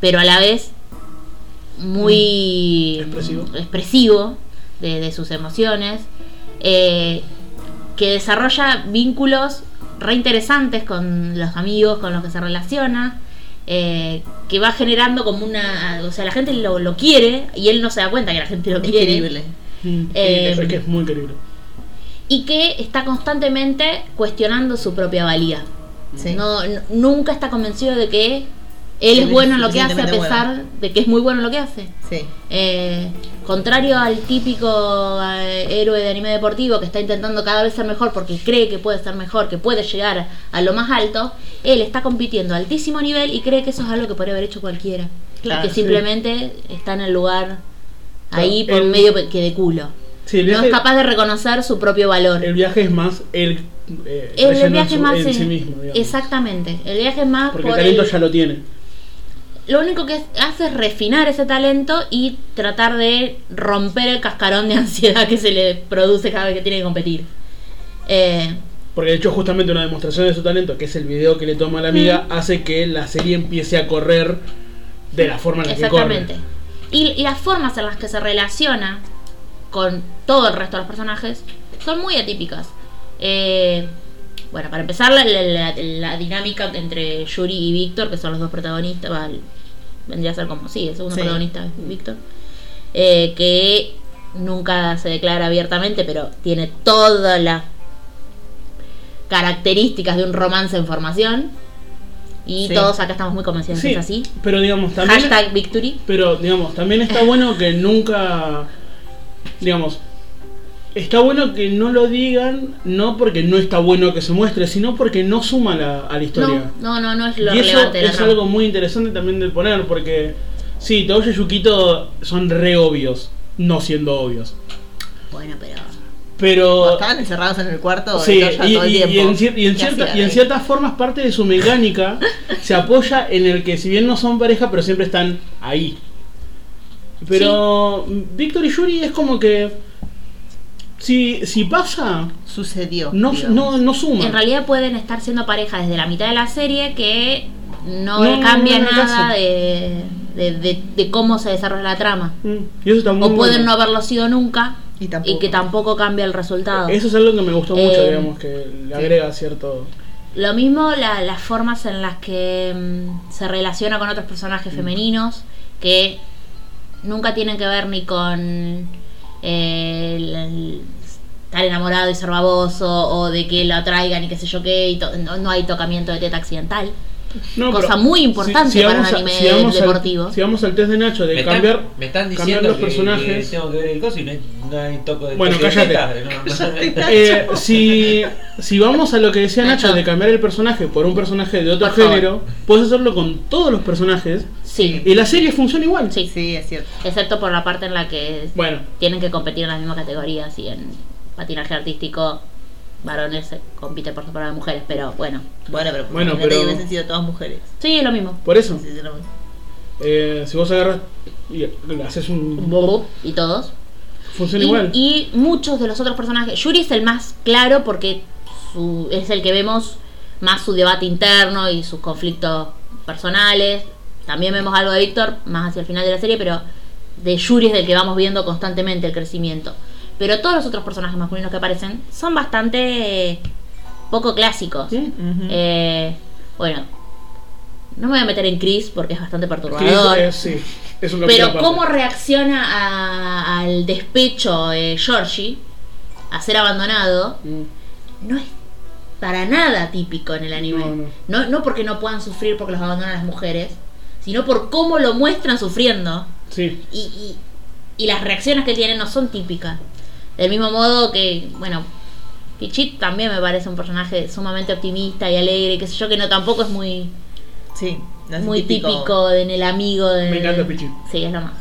B: pero a la vez muy
D: Expresivo.
B: expresivo de, de sus emociones, eh, que desarrolla vínculos reinteresantes con los amigos con los que se relaciona, eh, que va generando como una... O sea, la gente lo, lo quiere y él no se da cuenta que la gente lo
C: Es
B: quiere
C: querible.
D: Mm.
B: Eh,
D: es que es muy querible.
B: y que está constantemente cuestionando su propia valía.
C: Sí.
B: No, n- nunca está convencido de que él
C: Sí,
B: es bueno en lo que hace a
C: suficientemente
B: pesar de que es muy bueno en lo que hace.
C: Sí.
B: Eh, contrario al típico eh, héroe de anime deportivo que está intentando cada vez ser mejor porque cree que puede ser mejor, que puede llegar a lo más alto, él está compitiendo a altísimo nivel y cree que eso es algo que podría haber hecho cualquiera.
C: Claro,
B: y que
C: sí.
B: simplemente está en el lugar ahí
D: Claro,
B: por
D: él-
B: medio que de culo.
D: Sí, el
B: No
D: viaje,
B: es capaz de reconocer su propio valor.
D: el viaje es más él. eh,
B: El,
D: creyendo en
B: viaje
D: su-
B: más
D: en
B: es-
D: sí mismo. digamos.
B: Exactamente. El viaje es más
D: Porque
B: por
D: el talento
B: el-
D: ya lo tiene.
B: Lo único que hace es refinar ese talento y tratar de romper el cascarón de ansiedad que se le produce cada vez que tiene que competir. Eh,
D: Porque de hecho justamente una demostración de su talento, que es el video que le toma la
B: Mm.
D: amiga, hace que la serie empiece a correr de la forma en la que corre.
B: exactamente. Y, y las formas en las que se relaciona con todo el resto de los personajes son muy atípicas. Eh, bueno, para empezar, la, la- la- la dinámica entre Yuri y Víctor, que son los dos protagonistas, va, vendría a ser como sí, el segundo
C: Sí.
B: protagonista es Víctor, eh, que nunca se declara abiertamente, pero tiene todas las características de un romance en formación. Y
C: Sí.
B: todos acá estamos muy convencidos de
D: Sí,
B: que es así.
D: pero digamos, también...
B: Hashtag Victory.
D: Pero, digamos, también está bueno que nunca. Digamos. Está bueno que no lo digan, no porque no está bueno que se muestre, sino porque no suma la- a la historia.
B: No, no, no, no es lo
D: y eso
B: relevante de la
D: es
B: trama.
D: algo muy interesante también de poner, porque. Sí, Taoya y Yukito son re obvios, no siendo obvios.
B: Bueno, pero.
D: Pero.
C: Estaban encerrados en el cuarto de
D: Sí,
C: Toya
D: y,
C: todo el
D: y- y
C: tiempo.
D: en, cier- y en
C: ¿Qué
D: cierta-
C: hacían
D: y en
C: ahí?
D: ciertas formas parte de su mecánica se apoya en el que si bien no son pareja, pero siempre están ahí. Pero mm, Víctor y Yuri es como que si, si pasa,
C: Sucedió.
D: no,
C: digamos.
D: no, no suma.
B: En realidad pueden estar siendo pareja desde la mitad de la serie que no,
D: No, no,
B: le cambia
D: no, no, no,
B: nada
D: caso.
B: de, de, de- de cómo se desarrolla la trama.
D: Mm, y eso está muy
B: o pueden
D: bueno.
B: no haberlo sido nunca
C: Y
B: y que tampoco cambia el resultado.
D: Eso es algo que me gustó mucho,
B: Eh,
D: digamos, que le agrega cierto.
B: Lo mismo la- las formas en las que mm, se relaciona con otros personajes femeninos que nunca tienen que ver ni con eh, el- estar enamorado y ser baboso o de que lo atraigan y qué sé yo qué, y to- no, no hay tocamiento de teta accidental.
D: No,
B: Cosa
D: pero
B: muy importante para un
D: vamos a-
B: anime
D: vamos al-
B: deportivo.
D: si vamos al test de Nacho de
A: Me están,
D: cambiar,
A: me están
D: cambiar
A: diciendo
D: los
A: que-
D: personajes.
A: que tengo que ver el coso y no hay, no hay toco de
D: Bueno,
A: toque de
D: cállate.
A: teta, no, no.
D: Eh, si, si vamos a lo que decía
B: Nacho.
D: Nacho de cambiar el personaje por un personaje de otro
B: Por favor.
D: género, puedes hacerlo con todos los personajes
B: Sí,
D: y la serie funciona igual.
B: sí,
C: Sí, es cierto.
B: Excepto por la parte en la que
D: Bueno,
B: tienen que competir en las mismas categorías y en patinaje artístico varones se compite por separado de mujeres, pero bueno.
C: Bueno, pero
D: Bueno,
C: imagínate
D: pero-
C: que hubiesen sido todas mujeres.
B: Sí, es lo mismo.
D: por eso,
C: Sí, sí, lo mismo.
D: eh, si vos agarras y le haces un.
B: Y todos.
D: funciona
B: y,
D: igual.
B: y muchos de los otros personajes. Yuri es el más claro porque su- es el que vemos más su debate interno y sus conflictos personales. También vemos algo de Víctor más hacia el final de la serie, pero de Yuri es del que vamos viendo constantemente el crecimiento. Pero todos los otros personajes masculinos que aparecen son bastante eh, poco clásicos.
D: ¿Sí?
C: Ujú.
B: Eh, bueno, no me voy a meter en Chris porque es bastante
D: Sí,
B: perturbador.
D: es- eh, sí, es un capítulo
B: Pero
D: aparte.
B: cómo reacciona a- al despecho de Georgie a ser abandonado
D: Mm.
B: no es para nada típico en el anime.
D: No, no.
B: No, no porque no puedan sufrir porque los abandonan las mujeres, sino por cómo lo muestran sufriendo
D: Sí,
B: y, y- y las reacciones que tienen no son típicas. Del mismo modo que, bueno, Pichit también me parece un personaje sumamente optimista y alegre, qué sé yo, que no tampoco es muy
C: Sí, no es
B: muy típico, de- en el amigo de
D: Me encanta Pichín.
B: Sí, es lo más.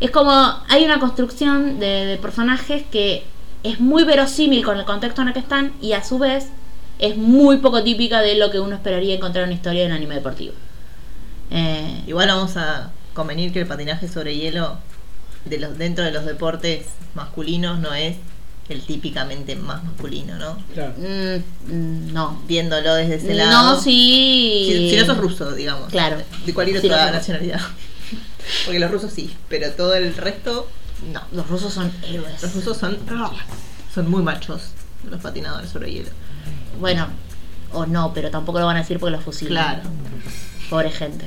B: Es como hay una construcción de, de personajes que es muy verosímil con el contexto en el que están y a su vez es muy poco típica de lo que uno esperaría encontrar en una historia de un anime deportivo. Eh,
C: Igual vamos a convenir que el patinaje sobre hielo de los dentro de los deportes masculinos no es el típicamente más masculino, ¿no?
D: claro.
B: mm, mm, no.
C: Viéndolo desde ese lado.
B: No, sí.
C: Si, si no sos ruso, digamos.
B: Claro.
C: De cualquier
B: Si no
C: otra
B: sos-
C: nacionalidad. Porque los rusos sí, pero todo el resto, no.
B: Los rusos son héroes.
C: Los rusos son, son muy machos, los patinadores sobre hielo.
B: Bueno, o no, pero tampoco lo van a decir porque los fusilan.
C: Claro.
B: Pobre gente.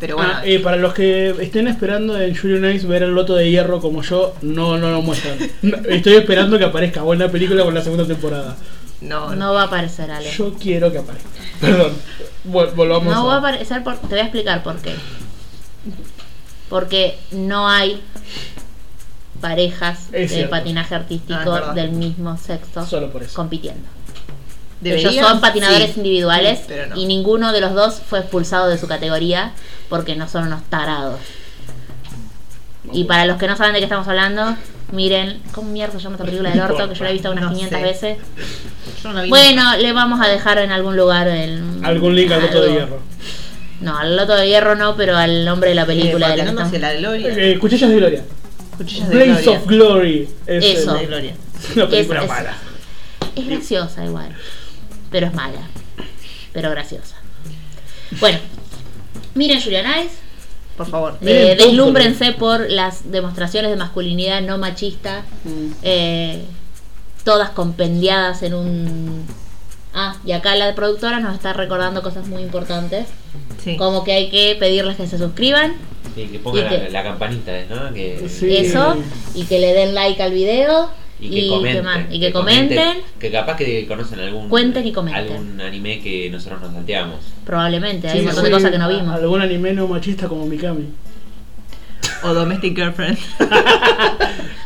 C: Pero bueno,
D: Ah, eh, para los que estén esperando en Julio Nice ver el loto de hierro como yo, no, no lo muestran. No, Estoy esperando que aparezca buena película con la segunda temporada.
C: no,
B: No va a aparecer Ale.
D: Yo quiero que aparezca. Perdón, Vol- volvamos
B: No va a
D: a...
B: aparecer por- Te voy a explicar por qué. Porque no hay parejas
D: Es
B: de
D: cierto.
B: patinaje
C: Ah,
B: artístico
C: es verdad.
B: del mismo sexo
D: Solo por eso.
B: compitiendo.
C: Deberían,
B: Ellos son patinadores
C: sí.
B: individuales
C: Sí, pero no.
B: y ninguno de los dos fue expulsado de su categoría porque no son unos tarados. Y para los que no saben de qué estamos hablando, miren, ¿cómo mierda se llama esta película del orto? Que yo la he visto unas
C: No
B: 500
C: sé.
B: veces.
C: Yo no la vi
B: Bueno, le vamos a dejar en algún lugar el,
D: Algún link al loto de
B: algo.
D: hierro.
B: No, al Loto de Hierro no, pero al nombre de la película
C: Eh,
B: de la que
C: patinándose
B: estamos-
C: la gloria.
D: Eh, Cuchillas de Gloria.
C: Cuchillas de
D: Blaze
C: gloria.
D: of Glory. Es
B: Eso.
C: De gloria.
D: el- una película
B: Eso, eso.
D: mala.
B: Es graciosa igual, pero es mala, pero graciosa. Bueno, miren Julian Ice,
C: Por favor.
D: Miren,
B: eh,
D: punto.
B: deslúmbrense por las demostraciones de masculinidad no machista,
D: Mm.
B: eh, todas compendiadas en un... Ah, y acá la productora nos está recordando cosas muy importantes,
C: Sí.
B: como que hay que pedirles que se suscriban,
A: Sí, que pongan
B: Y que-
A: la, la campanita, ¿no? Que,
D: Sí.
B: eso, y que le den like al video.
A: Y que comenten.
B: más, y que comenten.
A: Que capaz que conocen algún,
B: Cuenten y comenten.
A: algún anime que nosotros nos salteamos.
B: Probablemente, hay
D: Sí,
B: un montón de
D: sí,
B: cosas que no vimos.
D: Algún anime no machista como Mikami.
C: O domestic girlfriend.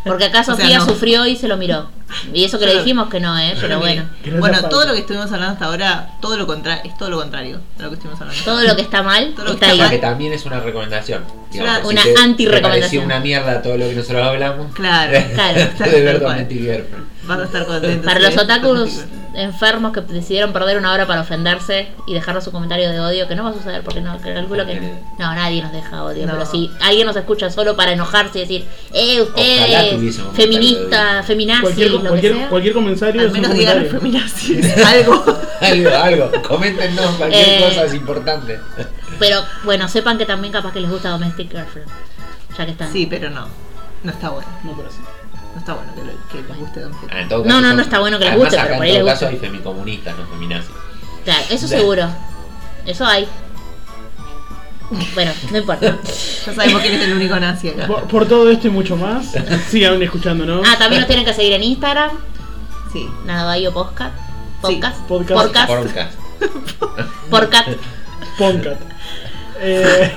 B: Porque acá
C: sea,
B: Sofía
C: no.
B: sufrió y se lo miró. Y eso que le
C: Claro.
B: dijimos que no, ¿eh? Pero
C: Mira,
B: bueno.
D: Que no sea
C: Bueno,
D: falso.
C: todo lo que estuvimos hablando hasta ahora, todo lo contrario, es todo lo contrario de lo que estuvimos hablando.
B: Todo lo que está mal
C: Todo lo que
B: está
A: O sea, que
B: ahí.
A: también es una recomendación. digamos,
B: una
A: si te-
B: anti-recomendación.
A: te pareció una mierda todo lo que nosotros hablamos.
C: Claro,
B: claro,
A: Puedes ver
C: tal cual.
A: Domestic Girlfriend.
C: Vas a estar contento.
B: Para
C: sí,
B: los
C: es
B: otakus
C: domestic girlfriend.
B: enfermos que decidieron perder una hora para ofenderse y dejarnos un comentario de odio, que no va a suceder porque no, que calculo que no, nadie nos deja odio.
C: No.
B: Pero si alguien nos escucha solo para enojarse y decir, eh,
A: Ojalá tuviésemos
B: ustedes,
A: un comentario de
B: feministas, feminazis, Ah, lo
D: Cualquier,
B: que
D: cualquier,
B: sea.
D: cualquier comentario
C: Al
D: es un
C: menos digan
D: comentario.
C: feminazis, algo.
A: Algo, algo. Coméntenos cualquier
B: Eh.
A: cosa, es importante.
B: Pero bueno, sepan que también capaz que les gusta Domestic Girlfriend. Ya que están.
C: Sí, pero no. No está bueno.
D: No, pero sí.
C: No está bueno que, lo- que les guste Domestic
A: Ah, en
C: Girlfriend.
A: todo
B: No, no, no está bueno que les
A: además,
B: guste,
A: acá
B: pero por ahí
A: en todo
B: les
A: caso hay
B: gusta.
A: femicomunistas, no feminazis.
B: Claro, eso seguro. Eso hay. Bueno, no importa.
C: Ya sabemos quién es el único nazi acá.
D: Por, por todo esto y mucho más, sigan escuchándonos.
B: Ah, también nos tienen que seguir en Instagram.
C: Sí.
B: Nadabayo Podcast. Podcast.
D: Sí, podcast.
B: podcast.
A: Podcast.
B: Podcast.
D: Poncat. Eh,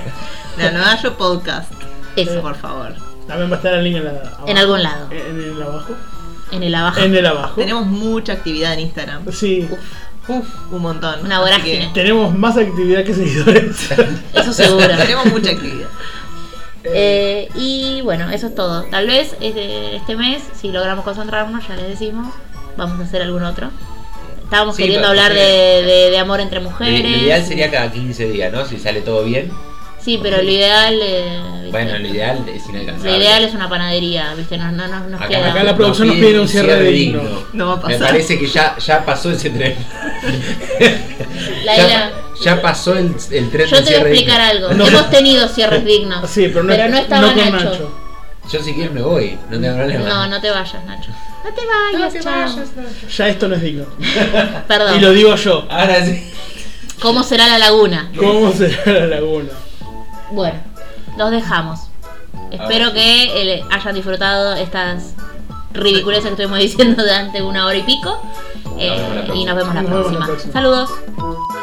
C: La Nadayo Podcast.
B: Eso.
C: Por favor.
D: también va a estar el link en, la, abajo.
B: En algún lado.
D: En el abajo.
B: En el abajo.
D: En el abajo.
C: Tenemos mucha actividad en Instagram.
D: Sí.
C: Uf, un montón.
B: Una
C: Así
B: vorágine.
D: Tenemos más actividad que seguidores.
B: Eso seguro.
C: que Tenemos mucha actividad.
B: Eh, y bueno, eso es todo. Tal vez este, este mes, si logramos concentrarnos, ya les decimos, vamos a hacer algún otro. Estábamos
A: Sí,
B: queriendo
A: pero-
B: hablar de, de- de amor entre
A: Lo
B: mujeres.
A: lo ideal sería cada 15 días, ¿no? Si sale todo bien.
B: Sí, pero lo ideal. eh,
A: Bueno,
B: ¿viste?
A: lo ideal es
B: Lo
A: inalcanzable.
B: ideal es una panadería, ¿viste? No, no, no- nos queda.
A: Acá,
D: la producción nos pide un cierre digno.
C: No va a
A: Me
C: pasar.
A: parece que ya, ya pasó ese tren.
B: La
A: ya,
B: idea-
A: ya pasó el, el tren
B: Yo
A: del
B: te voy a
A: cierre
B: explicar
A: digno.
B: algo.
D: No.
B: Hemos tenido cierres dignos.
D: Ah, Sí, pero no,
B: estaba
D: no con
B: Nacho.
A: Yo si quieres me voy, no tengo problema.
B: No, no te vayas, Nacho. No te vayas, chao.
D: Ya esto no es digno.
B: Perdón.
D: Y lo digo yo.
A: Ahora sí.
B: ¿Cómo será la laguna?
D: ¿Cómo será la laguna?
B: Bueno, los dejamos. Espero que eh, hayan disfrutado estas ridiculeces que estuvimos diciendo durante una hora y pico. Eh,
A: vemos la
B: y nos vemos la
D: Nos vemos
B: próxima.
D: la próxima.
B: Saludos.